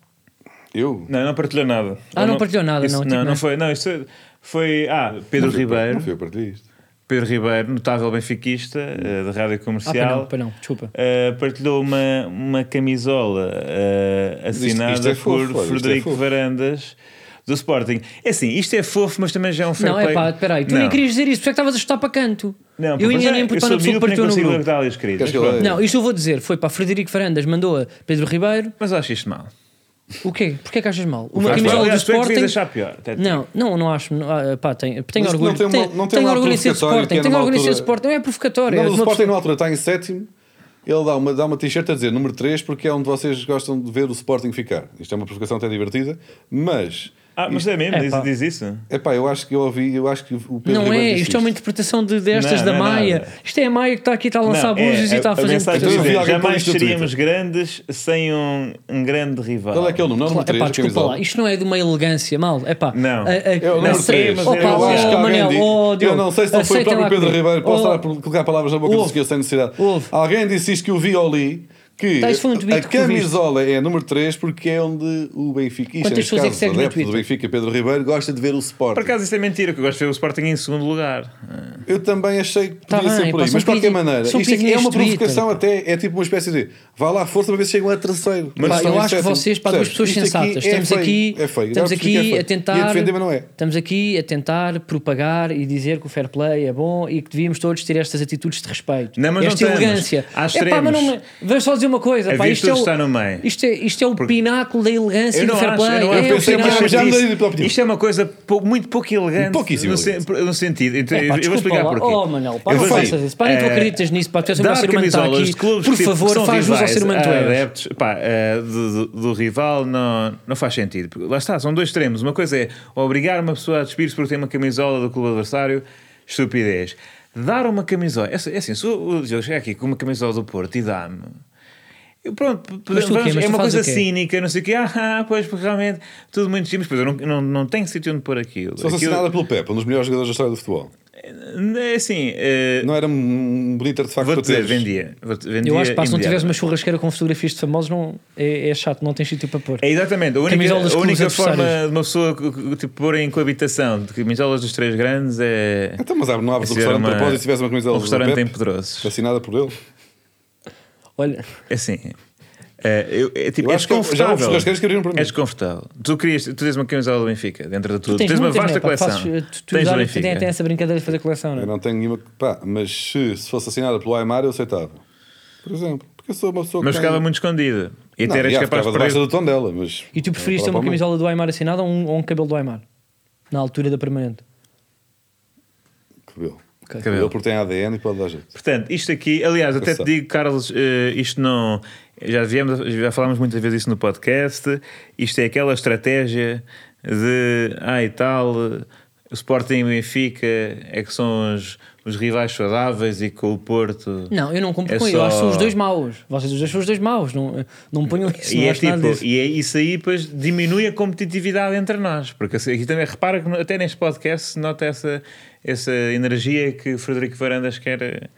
Speaker 3: Eu?
Speaker 2: Não, não partilhou nada.
Speaker 1: Ah,
Speaker 2: Eu
Speaker 1: não partilhou nada,
Speaker 2: isso-
Speaker 1: não, tipo,
Speaker 2: não,
Speaker 1: não.
Speaker 2: foi. Não, isso foi. Ah, Pedro
Speaker 3: Não fui eu-
Speaker 2: Ribeiro.
Speaker 3: Não fui eu partilhar isto.
Speaker 2: Pedro Ribeiro, notável benfiquista eh, da rádio
Speaker 1: Ah, para
Speaker 2: comercial.
Speaker 1: não, para não, desculpa.
Speaker 2: eh, partilhou uma, uma camisola eh,
Speaker 3: isto
Speaker 2: assinada
Speaker 3: é fofo,
Speaker 2: por
Speaker 3: olha, isto é
Speaker 2: Frederico
Speaker 3: fofo.
Speaker 2: Varandas do Sporting. É assim, isto é fofo, mas também já é um fair
Speaker 1: não,
Speaker 2: play.
Speaker 1: é pá, espera aí. Tu nem
Speaker 2: Não.
Speaker 1: querias dizer isso. Tu é que estavas a chutar para canto.
Speaker 2: Não,
Speaker 1: eu
Speaker 2: mas
Speaker 1: ainda
Speaker 2: é,
Speaker 1: nem
Speaker 2: eu
Speaker 1: puto
Speaker 2: sou
Speaker 1: para pessoa que
Speaker 2: miúdo que nem
Speaker 1: partiu no
Speaker 2: consigo
Speaker 1: grupo.
Speaker 2: guardar ali escrito.
Speaker 3: Queres
Speaker 2: Mas
Speaker 3: que eu leia?
Speaker 2: pronto.
Speaker 1: Não, isto eu vou dizer. Foi para Frederico Fernandes, mandou a Pedro Ribeiro.
Speaker 2: Mas acho isto mal.
Speaker 1: O quê? Porquê é que achas mal? Uma
Speaker 2: Faz mal.
Speaker 1: camisola do
Speaker 2: Aliás, tu é que devias
Speaker 1: Sporting...
Speaker 2: achar pior. até te digo.
Speaker 1: Não, não, não acho. Não, ah, pá, tenho, tenho
Speaker 3: Mas não
Speaker 1: orgulho.
Speaker 3: tem uma-
Speaker 1: tenho-
Speaker 3: não tem
Speaker 1: tenho
Speaker 3: uma
Speaker 1: orgulho em ser de
Speaker 3: provocatória, que
Speaker 1: Sporting.
Speaker 3: é
Speaker 1: Tenho
Speaker 3: numa
Speaker 1: orgulho em ser de
Speaker 3: altura-
Speaker 1: Sporting. Não é provocatório. é
Speaker 3: Não, mas o
Speaker 1: uma
Speaker 3: Sporting
Speaker 1: pessoa-
Speaker 3: na altura está em sétimo. Ele dá uma, dá uma t-shirt a dizer número 3 porque é onde vocês gostam de ver o Sporting ficar. Isto é uma provocação até divertida, mas.
Speaker 2: Ah, mas é mesmo,
Speaker 1: É,
Speaker 2: diz,
Speaker 1: pá.
Speaker 2: diz isso.
Speaker 3: Epá, eu acho que eu ouvi, eu acho que o Pedro
Speaker 1: Não
Speaker 3: Ribeiro
Speaker 1: é,
Speaker 3: disse
Speaker 1: isto é uma interpretação de, destas
Speaker 2: Não,
Speaker 1: da
Speaker 2: não é
Speaker 1: Maia.
Speaker 2: nada.
Speaker 1: Isto é a Maia que está aqui, está a lançar
Speaker 2: Não, é,
Speaker 1: bujas e
Speaker 2: a-
Speaker 1: está a
Speaker 2: a
Speaker 1: fazer
Speaker 2: mensagem
Speaker 3: Então eu vi
Speaker 2: dizer,
Speaker 3: alguém pôr
Speaker 2: jamais
Speaker 3: isto no
Speaker 2: seríamos grandes sem um, um grande rival.
Speaker 3: Qual é que é o nome? Não, número
Speaker 1: Claro, epá,
Speaker 3: 3,
Speaker 1: desculpa lá, isto não é de uma elegância, mal. Epá,
Speaker 2: Não.
Speaker 1: a- a-
Speaker 3: É o
Speaker 1: a-
Speaker 2: Não,
Speaker 3: número
Speaker 2: sei,
Speaker 1: aceitem-
Speaker 2: mas
Speaker 3: 3.
Speaker 1: Opa,
Speaker 2: eu acho que
Speaker 1: oh, Manel, oh,
Speaker 3: eu
Speaker 1: Diogo,
Speaker 3: não sei se não foi o
Speaker 1: aceitem lá
Speaker 3: próprio Pedro
Speaker 1: comigo.
Speaker 3: Ribeiro. Posso
Speaker 1: Oh,
Speaker 3: estar a colocar palavras na boca
Speaker 1: Ouve.
Speaker 3: do senhor sem necessidade.
Speaker 1: Ouve.
Speaker 3: Alguém disse isto que eu vi ou li. Que
Speaker 1: Tá, isso foi um tweet
Speaker 3: a
Speaker 1: que tu viste.
Speaker 3: camisola é a número 3 porque é onde o Benfica, isto
Speaker 1: Quantas
Speaker 3: é neste
Speaker 1: pessoas é que
Speaker 3: caso,
Speaker 1: segues no
Speaker 3: adepto do
Speaker 1: Twitter?
Speaker 3: Benfica, Pedro Ribeiro, gosta de ver o Sporting.
Speaker 2: Por acaso isso é mentira, que eu gosto de ver o Sporting em segundo lugar.
Speaker 3: Eu também achei que podia
Speaker 1: Tá bem,
Speaker 3: ser por
Speaker 1: pá,
Speaker 3: aí,
Speaker 1: são
Speaker 3: mas de qualquer
Speaker 1: pedi-
Speaker 3: maneira,
Speaker 1: são
Speaker 3: isto é, é uma
Speaker 1: pedidos de
Speaker 3: provocação até, é tipo uma espécie de vá lá à força para ver se chegam a terceiro.
Speaker 1: Pá,
Speaker 3: Mas estão
Speaker 1: eu
Speaker 3: em
Speaker 1: acho que
Speaker 3: sétimo.
Speaker 1: vocês, para duas pessoas
Speaker 3: Percebes? Isto aqui
Speaker 1: sensatas,
Speaker 3: é
Speaker 1: estamos
Speaker 3: feio,
Speaker 1: aqui,
Speaker 3: é feio.
Speaker 1: estamos
Speaker 3: Já percebi que é
Speaker 1: aqui
Speaker 3: feio.
Speaker 1: a tentar,
Speaker 3: E a defender, mas não é.
Speaker 1: estamos aqui a tentar propagar e dizer que o fair play é bom e que devíamos todos ter estas atitudes de respeito,
Speaker 2: Não, mas não
Speaker 1: esta
Speaker 2: temos.
Speaker 1: elegância.
Speaker 2: Há
Speaker 1: É pá, mas não, me-
Speaker 2: extremos.
Speaker 1: vou só dizer uma coisa,
Speaker 2: A
Speaker 1: pá, isto, é o,
Speaker 2: virtude está no meio.
Speaker 1: Isto é, isto é o pináculo da elegância
Speaker 2: Eu
Speaker 1: e do
Speaker 2: não
Speaker 1: fair
Speaker 2: acho,
Speaker 1: play.
Speaker 2: eu não
Speaker 1: é o
Speaker 2: acho. Eu pensei,
Speaker 1: pináculo.
Speaker 2: mas
Speaker 3: já
Speaker 2: isto-
Speaker 3: mudei de opinião.
Speaker 2: Isto é uma coisa pou- muito pouco elegante.
Speaker 3: Pouquíssimo
Speaker 2: no, sen- no sentido. Então,
Speaker 1: É, pá,
Speaker 2: eu vou
Speaker 1: desculpa
Speaker 2: explicar
Speaker 1: lá.
Speaker 2: porquê.
Speaker 1: Oh, Manel, pá,
Speaker 2: Eu
Speaker 1: não
Speaker 2: vou
Speaker 1: faças
Speaker 2: dizer,
Speaker 1: isso. Pá, nem tu
Speaker 2: eh,
Speaker 1: acreditas nisso, pá, tu és o melhor
Speaker 2: dar
Speaker 1: ser humano que está
Speaker 2: camisolas
Speaker 1: aqui.
Speaker 2: de clubes
Speaker 1: Por
Speaker 2: que, tipo, que
Speaker 1: favor,
Speaker 2: são
Speaker 1: faz jus ao
Speaker 2: rivais
Speaker 1: ser humano que tu
Speaker 2: a
Speaker 1: és.
Speaker 2: adeptos, pá, eh, do, do- do rival não, não faz sentido. Porque Lá está, são dois extremos. Uma coisa é obrigar uma pessoa a despir-se porque tem uma camisola do clube adversário, estupidez. Dar uma camisola. É, assim, se o o Diogo chegar aqui com uma camisola do Porto e dá-me. eu, Pronto,
Speaker 1: Mas tu o quê?
Speaker 2: vamos-
Speaker 1: Mas
Speaker 2: é
Speaker 1: tu
Speaker 2: uma
Speaker 1: fazes
Speaker 2: coisa
Speaker 1: o quê?
Speaker 2: cínica, não sei o quê. Ah, ah, pois, porque realmente, tudo muito simples. Pois eu não, não, não tenho sítio onde pôr aquilo.
Speaker 3: Só se
Speaker 2: Aquilo-
Speaker 3: assinada pelo Pepe, um dos melhores jogadores da história do futebol.
Speaker 2: é assim, eh,
Speaker 3: Não era um bonito artefacto
Speaker 2: vou
Speaker 3: para
Speaker 2: dizer,
Speaker 3: teres.
Speaker 2: vendia. Vou-te- vendia
Speaker 1: Eu acho que pá, se não tiveres
Speaker 2: imediatamente.
Speaker 1: uma churrasqueira com fotografias de famosos, não, é, é chato, não tens sítio para pôr.
Speaker 2: É exatamente, a única,
Speaker 1: Camisolas
Speaker 2: a
Speaker 1: com
Speaker 2: única
Speaker 1: os
Speaker 2: forma
Speaker 1: adversários.
Speaker 2: de uma pessoa que- que- tipo, pôr em coabitação de camisolas dos três grandes é.
Speaker 3: Então, mas abre, não abres
Speaker 2: é
Speaker 3: o
Speaker 2: ser
Speaker 3: restaurante
Speaker 2: uma-
Speaker 3: de propósito se tivesse uma camisola
Speaker 2: Um
Speaker 3: do
Speaker 2: restaurante em
Speaker 3: Pepe,
Speaker 2: Pedrosos.
Speaker 3: assinada por ele.
Speaker 1: Olha,
Speaker 2: Assim. É, eu- é, tipo,
Speaker 3: Eu
Speaker 2: é
Speaker 3: acho que já houve
Speaker 2: desconfortável.
Speaker 3: churrasqueiros que abriram para mim.
Speaker 2: É desconfortável. Tu, querias, tu tens uma camisola do Benfica, dentro de tudo.
Speaker 1: tu tens,
Speaker 2: uma
Speaker 1: muitas,
Speaker 2: vasta
Speaker 1: né, pá,
Speaker 2: coleção.
Speaker 1: fazes, eh, tu, tu
Speaker 2: tens do
Speaker 1: olha, tem,
Speaker 2: Benfica.
Speaker 1: tem essa brincadeira de fazer coleção,
Speaker 3: Eu
Speaker 1: não é?
Speaker 3: não tenho nenhuma. Pá, mas se, se fosse assinada pelo Aymar, eu aceitava. Por exemplo, porque eu sou uma pessoa
Speaker 2: Mas
Speaker 3: que.
Speaker 2: ficava
Speaker 3: tem-
Speaker 2: muito escondida. E
Speaker 3: Não,
Speaker 2: até eras
Speaker 3: já,
Speaker 2: capaz de
Speaker 3: ficava debaixo
Speaker 2: perder.
Speaker 3: do tom dela, mas.
Speaker 1: E tu
Speaker 2: É,
Speaker 1: preferias ter uma
Speaker 3: Provavelmente.
Speaker 1: camisola do Aymar assinada ou um, ou um cabelo do Aymar? Na altura da permanente.
Speaker 3: Cabelo.
Speaker 1: Ok.
Speaker 3: Cabelo porque tem ADN e pode dar jeito.
Speaker 2: Portanto, isto aqui, aliás, até te
Speaker 3: Engraçado.
Speaker 2: digo, Carlos, eh, isto não. Já, viemos, a- já falámos muitas vezes isso no podcast. Isto é aquela estratégia de. Ah, e tal. eh, O Sporting e o Benfica é que são os, os rivais saudáveis e com o Porto.
Speaker 1: Não, eu não compro
Speaker 2: É
Speaker 1: com ele. Eu acho que são os
Speaker 2: só-
Speaker 1: dois maus. Vocês os dois são os dois maus. Não, não me ponham isso.
Speaker 2: E
Speaker 1: não
Speaker 2: é,
Speaker 1: acho nada
Speaker 2: tipo,
Speaker 1: disso.
Speaker 2: e é isso aí, depois diminui a competitividade entre nós. Porque assim, aqui também repara que no- até neste podcast se nota essa, essa energia que o Frederico Varandas quer,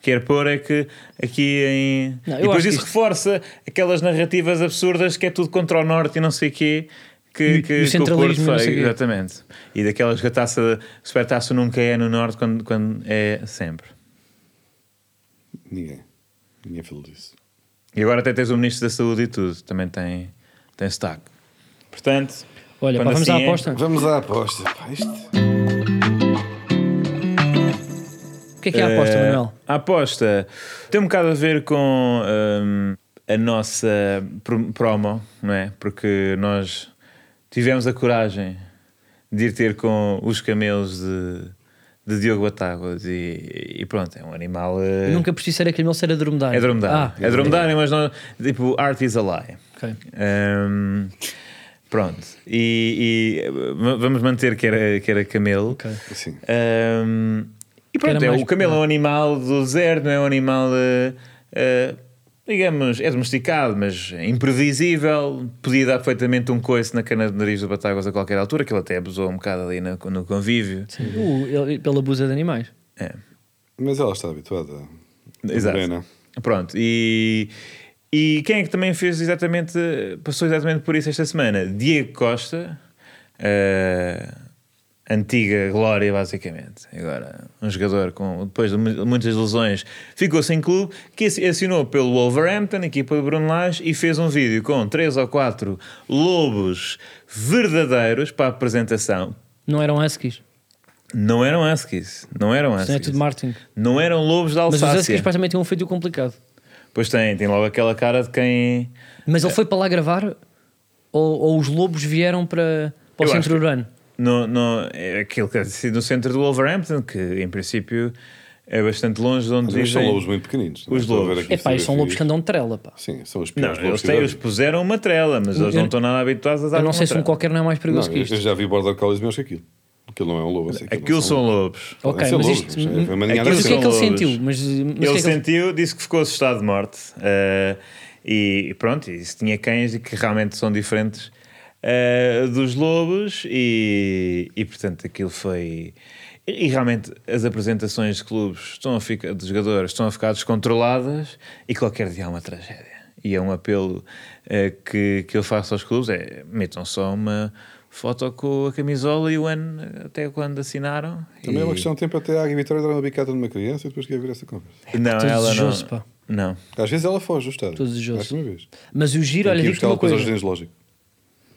Speaker 2: quer pôr. É que aqui em.
Speaker 1: Não, eu
Speaker 2: e depois
Speaker 1: acho
Speaker 2: isso
Speaker 1: que isto-
Speaker 2: reforça aquelas narrativas absurdas que é tudo contra o Norte e não sei o quê. Que,
Speaker 1: E-
Speaker 2: que,
Speaker 1: e o
Speaker 2: que
Speaker 1: centralismo e não
Speaker 2: faz.
Speaker 1: sei o quê.
Speaker 2: Exatamente. E daquelas que a taça, super taça nunca é no Norte quando, quando é sempre.
Speaker 3: Ninguém. Ninguém falou disso.
Speaker 2: E agora até tens o Ministro da Saúde e tudo, também tem, tem sotaque. Portanto,
Speaker 1: Olha, pá,
Speaker 2: quando
Speaker 1: vamos
Speaker 2: assim
Speaker 1: à
Speaker 2: é-
Speaker 1: aposta.
Speaker 3: Vamos à aposta. Pá, isto.
Speaker 1: O que é que é a aposta,
Speaker 2: Eh,
Speaker 1: Manuel?
Speaker 2: A aposta tem um bocado a ver com hum, a nossa pr- promo, não é? Porque nós tivemos a coragem de ir ter com os camelos de, de Diogo Batáguas e, e pronto, é um animal. eh,
Speaker 1: Eu nunca percebi se era aquele ser a dromedário.
Speaker 2: É dromedário.
Speaker 1: Ah,
Speaker 2: é dromedário, mas não. Tipo, art is a lie.
Speaker 1: ok.
Speaker 2: Hum, pronto. E, e, eh, vamos manter que era, que era camelo.
Speaker 1: Ok.
Speaker 3: Assim.
Speaker 2: Ahm, e pronto,
Speaker 1: Era
Speaker 2: é,
Speaker 1: mais-
Speaker 2: o camelo é um animal do zero, não é um animal, eh, eh, digamos, é domesticado, mas é imprevisível. Podia dar perfeitamente um coice na cana de nariz do Batáguas a qualquer altura, que ele até abusou um bocado ali no, no convívio.
Speaker 1: O- Uh, ele- pela abusa de animais.
Speaker 2: É.
Speaker 3: Mas ela está habituada.
Speaker 2: Exato.
Speaker 3: Morena.
Speaker 2: Pronto, e, e quem é que também fez exatamente, passou exatamente por isso esta semana? Diego Costa, eh, antiga glória, basicamente. Agora, um jogador com, depois de mu- muitas lesões, ficou sem clube, que assi- assinou pelo Wolverhampton, equipa de Bruno Lage, e fez um vídeo com três ou quatro lobos verdadeiros para a apresentação.
Speaker 1: Não eram huskies.
Speaker 2: Não eram huskies, não eram
Speaker 1: Isso não é
Speaker 2: huskies.
Speaker 1: tudo marketing.
Speaker 2: Não eram lobos da
Speaker 1: Mas os huskies
Speaker 2: Alsácia.
Speaker 1: para também tinham um feito complicado.
Speaker 2: Pois tem, tem logo aquela cara de quem...
Speaker 1: Mas
Speaker 2: É.
Speaker 1: ele foi para lá gravar ou, ou os lobos vieram para, para o
Speaker 2: Eu acho
Speaker 1: centro
Speaker 2: que-
Speaker 1: urbano?
Speaker 2: No, no, é aquilo que é decidido no centro do Wolverhampton, que em princípio é bastante longe de onde
Speaker 3: Mas são
Speaker 2: vivem.
Speaker 3: lobos muito pequeninos. não é?
Speaker 2: Os
Speaker 3: Estou a ver
Speaker 2: lobos.
Speaker 1: É
Speaker 3: aqui
Speaker 1: pá, são lobos
Speaker 3: fotografias.
Speaker 1: que andam de trela, pá.
Speaker 3: Sim, são os
Speaker 2: Não,
Speaker 3: piores
Speaker 2: eles,
Speaker 3: lobos
Speaker 2: têm,
Speaker 3: que eu
Speaker 2: eles
Speaker 3: já vi.
Speaker 2: puseram uma trela, mas eles
Speaker 1: Eu-
Speaker 2: não estão nada habituados a dar
Speaker 1: Eu não
Speaker 2: com
Speaker 1: sei
Speaker 2: uma
Speaker 1: se um
Speaker 2: trela.
Speaker 1: qualquer não é mais perigoso
Speaker 3: Não,
Speaker 1: que
Speaker 3: eu
Speaker 1: isto.
Speaker 3: já vi border collies meus que aquilo. Aquilo não é um lobo. assim,
Speaker 2: Aquilo
Speaker 3: não
Speaker 2: são lobos.
Speaker 1: Ok,
Speaker 3: Isso é
Speaker 1: mas
Speaker 3: lobos,
Speaker 1: isto.
Speaker 3: isso é uma assim. ninhada
Speaker 1: Mas o que é que ele
Speaker 2: lobos.
Speaker 1: sentiu? Mas, mas o que é
Speaker 2: ele
Speaker 1: que ele-
Speaker 2: sentiu, disse que ficou assustado de morte. eh, e e pronto, e se tinha cães e que realmente são diferentes eh, dos lobos, e, e portanto aquilo foi. E e realmente as apresentações de clubes estão a ficar, de jogadores estão a ficar descontroladas e qualquer dia há uma tragédia. E é um apelo eh, que, que eu faço aos clubes: é metam só uma foto com a camisola e o ano até quando assinaram.
Speaker 3: Também é uma
Speaker 2: e-
Speaker 3: questão de tempo até a Águia Vitória dar uma bicada numa criança e depois quer ver essa conversa.
Speaker 2: Não,
Speaker 1: Estou
Speaker 2: ela
Speaker 1: É desejoso,
Speaker 2: não.
Speaker 1: pá.
Speaker 2: Não.
Speaker 3: Às vezes ela foge do estádio.
Speaker 1: Estou desejoso.
Speaker 3: Acho que uma vez.
Speaker 1: Mas o giro, olha,
Speaker 3: Olha,
Speaker 1: digo-te
Speaker 3: buscar
Speaker 1: uma
Speaker 3: depois aos
Speaker 1: coisa.
Speaker 3: jardins, lógico.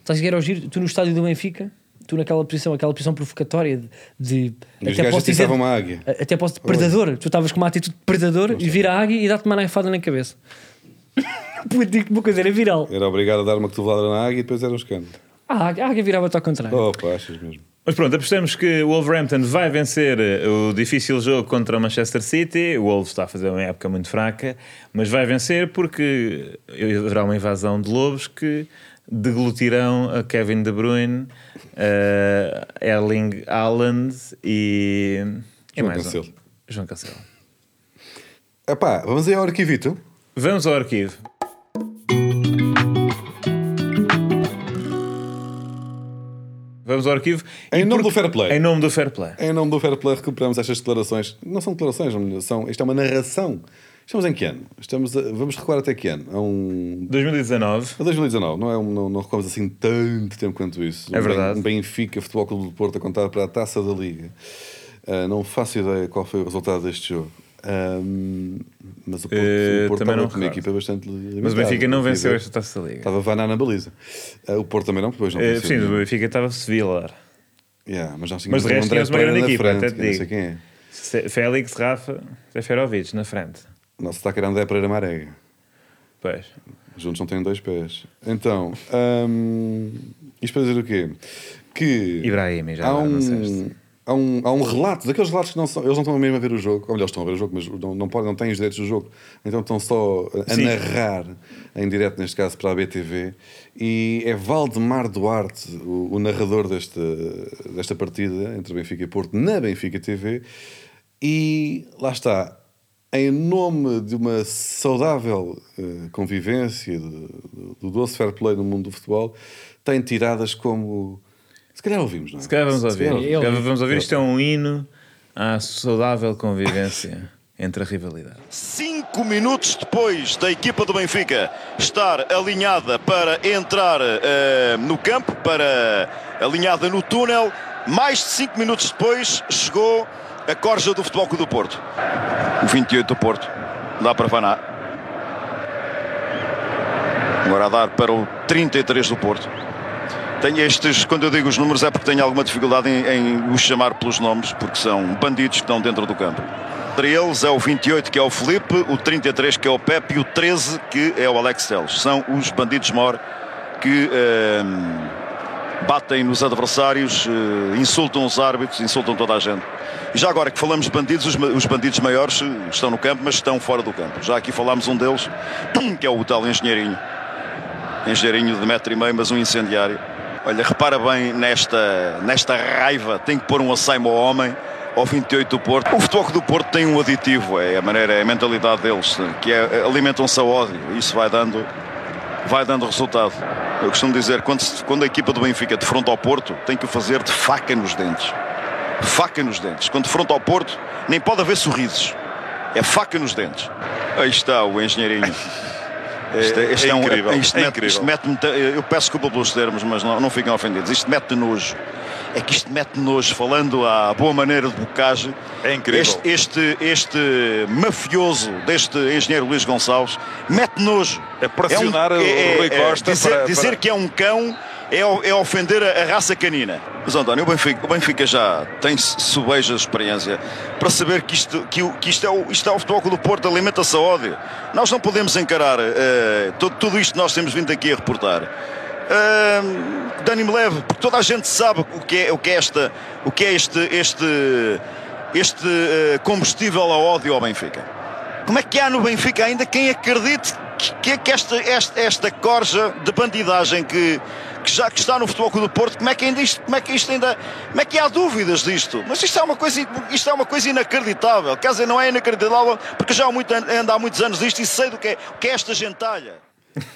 Speaker 1: Estás a ver ao giro, tu no estádio do Benfica, tu naquela posição, aquela posição provocatória de. de-
Speaker 3: Os gajos
Speaker 1: dizer-
Speaker 3: atiravam uma águia.
Speaker 1: a- Até posso de predador. Tu estavas com uma atitude de predador e vira a águia e dá-te uma naifada na cabeça. Puto, digo-te uma coisa, era viral.
Speaker 3: Era obrigado a dar uma cotovelada na águia e depois era um escândalo.
Speaker 1: A águia, a águia virava-te ao contrário.
Speaker 3: Opa, achas mesmo.
Speaker 2: Mas pronto, apostamos que o Wolverhampton vai vencer eh, o difícil jogo contra o Manchester City. O Wolves está a fazer uma época muito fraca, mas vai vencer porque haverá uma invasão de lobos que deglutirão a Kevin De Bruyne, a Erling Haaland e. e
Speaker 3: João
Speaker 2: mais um.
Speaker 3: Cancelo.
Speaker 2: João Cancelo.
Speaker 3: Epá, vamos aí ao arquivito.
Speaker 2: Vamos ao arquivo. Vamos ao arquivo.
Speaker 3: Em
Speaker 2: E
Speaker 3: nome
Speaker 2: porque-
Speaker 3: do fair play.
Speaker 2: Em nome do fair play.
Speaker 3: Em nome do Fair Play recuperamos estas declarações. Não são declarações, não, são, isto é uma narração. Estamos em que ano? Estamos a- vamos recuar até que ano? A um
Speaker 2: 2019.
Speaker 3: A 2019, não, é, um- não, não recuamos assim tanto tempo quanto isso.
Speaker 2: É
Speaker 3: Um Ben-
Speaker 2: verdade.
Speaker 3: Um Benfica, Futebol Clube do Porto a contar para a Taça da Liga. Ah, não faço ideia qual foi o resultado deste jogo. Ahm, mas o Porto,
Speaker 2: Eh,
Speaker 3: o Porto
Speaker 2: também não
Speaker 3: estava com uma
Speaker 2: recordo.
Speaker 3: equipa bastante limitada.
Speaker 2: Mas o Benfica não
Speaker 3: Tive-
Speaker 2: venceu esta taça da
Speaker 1: Tá
Speaker 2: liga.
Speaker 3: Estava Vaná na baliza. Ah, o Porto também não, depois não
Speaker 2: Eh,
Speaker 3: venceu.
Speaker 2: sim, o Benfica estava Sevilla.
Speaker 3: Yeah, mas nós
Speaker 2: Mas
Speaker 3: tínhamos
Speaker 2: de resto
Speaker 3: um André
Speaker 2: tínhamos uma
Speaker 3: Pereira
Speaker 2: grande
Speaker 3: na
Speaker 2: equipa,
Speaker 3: frente,
Speaker 2: até te
Speaker 3: que não sei
Speaker 2: digo.
Speaker 3: quem é.
Speaker 2: Se- Félix, Rafa, Seferovic na frente.
Speaker 3: O nosso destaque era André Pereira Marega.
Speaker 2: Pois.
Speaker 3: Juntos não têm dois pés. Então, ahm, isto para dizer o quê? Que
Speaker 2: Ibrahim, já
Speaker 3: há,
Speaker 2: agora, não
Speaker 3: um,
Speaker 2: disseste.
Speaker 3: há, um, há um relato, daqueles relatos que não são, eles não estão mesmo a ver o jogo, ou melhor, estão a ver o jogo, mas não, não, podem, não têm os direitos do jogo, então estão só a
Speaker 2: Sim.
Speaker 3: narrar, em direto neste caso, para a BTV. E é Valdemar Duarte, o, o narrador desta, desta partida entre Benfica e Porto, na Benfica TV. E lá está, em nome de uma saudável eh, convivência, do, do, do doce fair play no mundo do futebol, tem tiradas como. Se calhar ouvimos, não é?
Speaker 2: Se calhar vamos ouvir.
Speaker 3: calhar
Speaker 2: Se
Speaker 1: Eu-
Speaker 2: calhar vamos ouvir. Isto é um hino à saudável convivência entre a rivalidade.
Speaker 4: Cinco minutos depois da equipa do Benfica estar alinhada para entrar eh, no campo, para alinhada no túnel, mais de cinco minutos depois chegou a corja do Futebol Clube do Porto. O 28 do Porto, dá para Vaná. Agora a dar para o 33 do Porto. Tenho estes, quando eu digo os números é porque tenho alguma dificuldade em, em os chamar pelos nomes, porque são bandidos que estão dentro do campo. Entre eles é o 28 que é o Felipe, o 33 que é o Pepe e o 13 que é o Alex Teles. São os bandidos mor que ehm, batem nos adversários, eh, insultam os árbitros, insultam toda a gente. E já agora que falamos de bandidos, os, ma- os bandidos maiores eh, estão no campo, mas estão fora do campo. Já aqui falámos um deles, que é o tal engenheirinho engenheirinho de metro e meio, mas um incendiário. Olha, repara bem nesta, nesta raiva, tem que pôr um assaimo ao homem, ao 28 do Porto. O futebol do Porto tem um aditivo, é a maneira, é a mentalidade deles, que é alimentam-se ao ódio, isso vai dando, vai dando resultado. Eu costumo dizer, quando, se- quando a equipa do Benfica defronta ao Porto, tem que o fazer de faca nos dentes. Faca nos dentes. Quando defronta ao Porto, nem pode haver sorrisos. É faca nos dentes. Aí está o engenheirinho. Isto é, isto é um-
Speaker 5: incrível,
Speaker 4: isto
Speaker 5: é
Speaker 4: mete-
Speaker 5: incrível.
Speaker 4: isto mete-me ta- eu peço desculpa pelos termos, mas não, não fiquem ofendidos. Isto mete nojo. é que isto mete nojo, falando à boa maneira de bocage.
Speaker 5: É incrível.
Speaker 4: Este, este, este mafioso deste engenheiro Luís Gonçalves mete nojo. um- é,
Speaker 5: É pressionar o Rui Costa
Speaker 4: dizer,
Speaker 5: para-
Speaker 4: dizer
Speaker 5: para-
Speaker 4: que é um cão é, o- é ofender a, a raça canina. Mas António, o Benfica, o Benfica já tem sobeja experiência para saber que isto, que, o- que isto, é, o, isto é o futebol Clube do Porto, alimenta-se a ódio. Nós não podemos encarar eh, tudo, tudo isto que nós temos vindo aqui a reportar. Uh, Dani me leve, porque toda a gente sabe o que é, o que é, esta, o que é este, este, este eh, combustível ao ódio ao Benfica. Como é que há no Benfica ainda quem acredite que- que, que esta, esta, esta corja de bandidagem que, que já que está no Futebol Clube do Porto, como é que ainda isto, como é que isto ainda, como é que há dúvidas disto? Mas isto é uma coisa, isto é uma coisa inacreditável. Quer dizer, não é inacreditável porque já há muito, an- ando há muitos anos disto e sei do que é, o que é esta gentalha.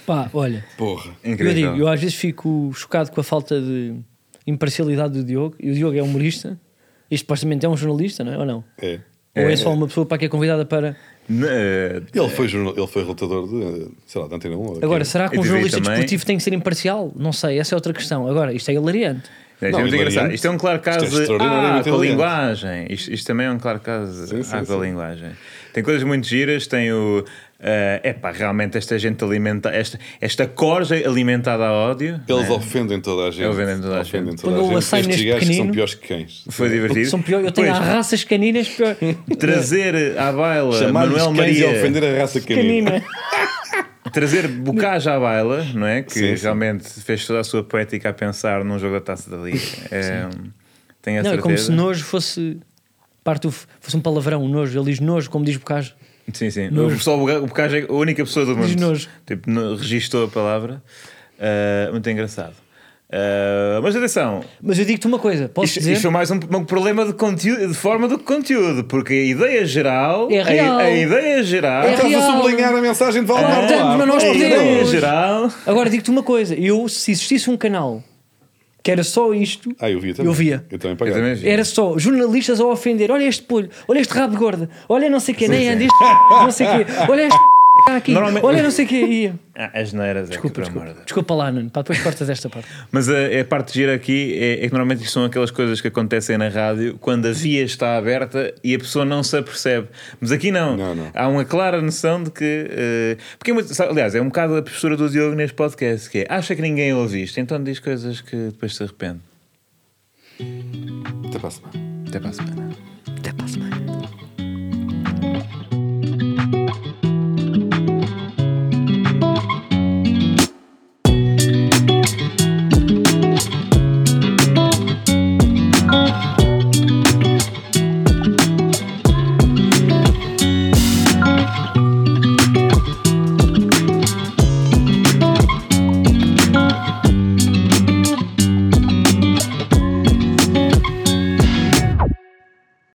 Speaker 1: Pá, olha,
Speaker 3: Porra.
Speaker 1: eu
Speaker 2: Incrível.
Speaker 1: digo, eu às vezes fico chocado com a falta de imparcialidade do Diogo. E o Diogo é humorista. E supostamente é um jornalista, não é? Ou não?
Speaker 3: É.
Speaker 1: Ou é só uma pessoa para que é convidada para.
Speaker 2: N- eh,
Speaker 3: Ele foi, jornal- ele foi relatador de, sei lá, da Antena 1. ou
Speaker 1: Agora,
Speaker 3: daquilo.
Speaker 1: será que
Speaker 2: Eu
Speaker 1: um
Speaker 2: diria
Speaker 1: jornalista
Speaker 2: também-
Speaker 1: desportivo tem que ser imparcial? Não sei, essa é outra questão. Agora, isto é hilariante.
Speaker 2: É, isto
Speaker 3: Não,
Speaker 2: é muito
Speaker 3: hilariante.
Speaker 2: engraçado. Isto é um claro
Speaker 3: é
Speaker 2: caso de ah,
Speaker 3: extraordinariamente
Speaker 2: com a
Speaker 3: hilariante.
Speaker 2: linguagem. Isto, isto também é um claro caso de
Speaker 3: sim,
Speaker 2: ah, com a
Speaker 3: sim.
Speaker 2: linguagem. Tem coisas muito giras, tem o. é epá, realmente esta gente alimenta. Esta, esta corja alimentada a ódio.
Speaker 3: Eles
Speaker 2: né?
Speaker 3: ofendem toda a gente.
Speaker 2: Eles ofendem toda a
Speaker 3: Ofendem
Speaker 2: gente.
Speaker 3: toda
Speaker 1: Quando
Speaker 3: a
Speaker 1: o
Speaker 3: gente.
Speaker 1: Lassai
Speaker 3: Estes
Speaker 1: neste
Speaker 3: gajos são
Speaker 1: pequenino-
Speaker 3: piores que cães.
Speaker 2: Foi divertido.
Speaker 1: São pior, eu tenho
Speaker 2: Depois,
Speaker 1: há raças caninas pior.
Speaker 2: Trazer à baila
Speaker 3: Chamar-lhes
Speaker 2: Manuel
Speaker 3: cães
Speaker 2: Maria.
Speaker 3: é ofender a raça canina.
Speaker 1: Canina.
Speaker 2: Trazer Bocage à baila, não é? Que
Speaker 3: Sim, sim.
Speaker 2: realmente fez toda a sua poética a pensar num jogo da taça da Liga. É, tenho a
Speaker 1: Não, é
Speaker 2: certeza.
Speaker 1: como se nojo fosse. Parte do, fosse um palavrão, um nojo. Ele diz nojo, como diz Bocage.
Speaker 2: Sim, sim.
Speaker 1: Nojo.
Speaker 2: O pessoal, o Bocage é a única pessoa do
Speaker 1: Diz
Speaker 2: mundo.
Speaker 1: nojo.
Speaker 2: Tipo, no- registou a palavra. Ah, muito engraçado. Ah, mas atenção,
Speaker 1: Mas eu digo-te uma coisa, posso
Speaker 2: isto,
Speaker 1: dizer?
Speaker 2: isto foi mais um, um problema de, conteúdo, de forma do que conteúdo, porque a ideia geral.
Speaker 1: É
Speaker 2: a-
Speaker 1: real.
Speaker 2: A, ideia geral.
Speaker 1: É
Speaker 3: Estás a
Speaker 1: real.
Speaker 3: sublinhar Então, a mensagem de
Speaker 1: Ah,
Speaker 3: Valdemar.
Speaker 1: estamos, mas nós
Speaker 2: a ideia
Speaker 1: podemos.
Speaker 2: geral.
Speaker 1: Agora digo-te uma coisa, eu se existisse um canal que era só isto,
Speaker 3: Ah, eu via também.
Speaker 1: Eu via.
Speaker 3: Eu também
Speaker 2: Eu
Speaker 3: pagava.
Speaker 2: também vi.
Speaker 1: era só jornalistas a ofender, olha este polho, olha este rabo de gorda, olha não sei quê, nem anda este não sei quê, olha este cá aqui,
Speaker 2: Normalmente-
Speaker 1: olha não sei quê. Ia.
Speaker 2: Ah, as neiras,
Speaker 1: Desculpa,
Speaker 2: é que, por amor
Speaker 1: desculpa,
Speaker 2: de
Speaker 1: desculpa lá, Nuno, pá, depois cortas esta parte.
Speaker 2: Mas a, a parte gira aqui é, é que normalmente isto são aquelas coisas que acontecem na rádio quando a via está aberta e a pessoa não se apercebe. Mas aqui não.
Speaker 3: Não, não.
Speaker 2: Há uma clara noção de que. eh, porque é muito, sabe, aliás, é um bocado a postura do Diogo neste podcast, que é acha que ninguém ouve isto, então diz coisas que depois se arrepende.
Speaker 3: Até para a semana.
Speaker 2: Até para a semana.
Speaker 1: Até para a semana.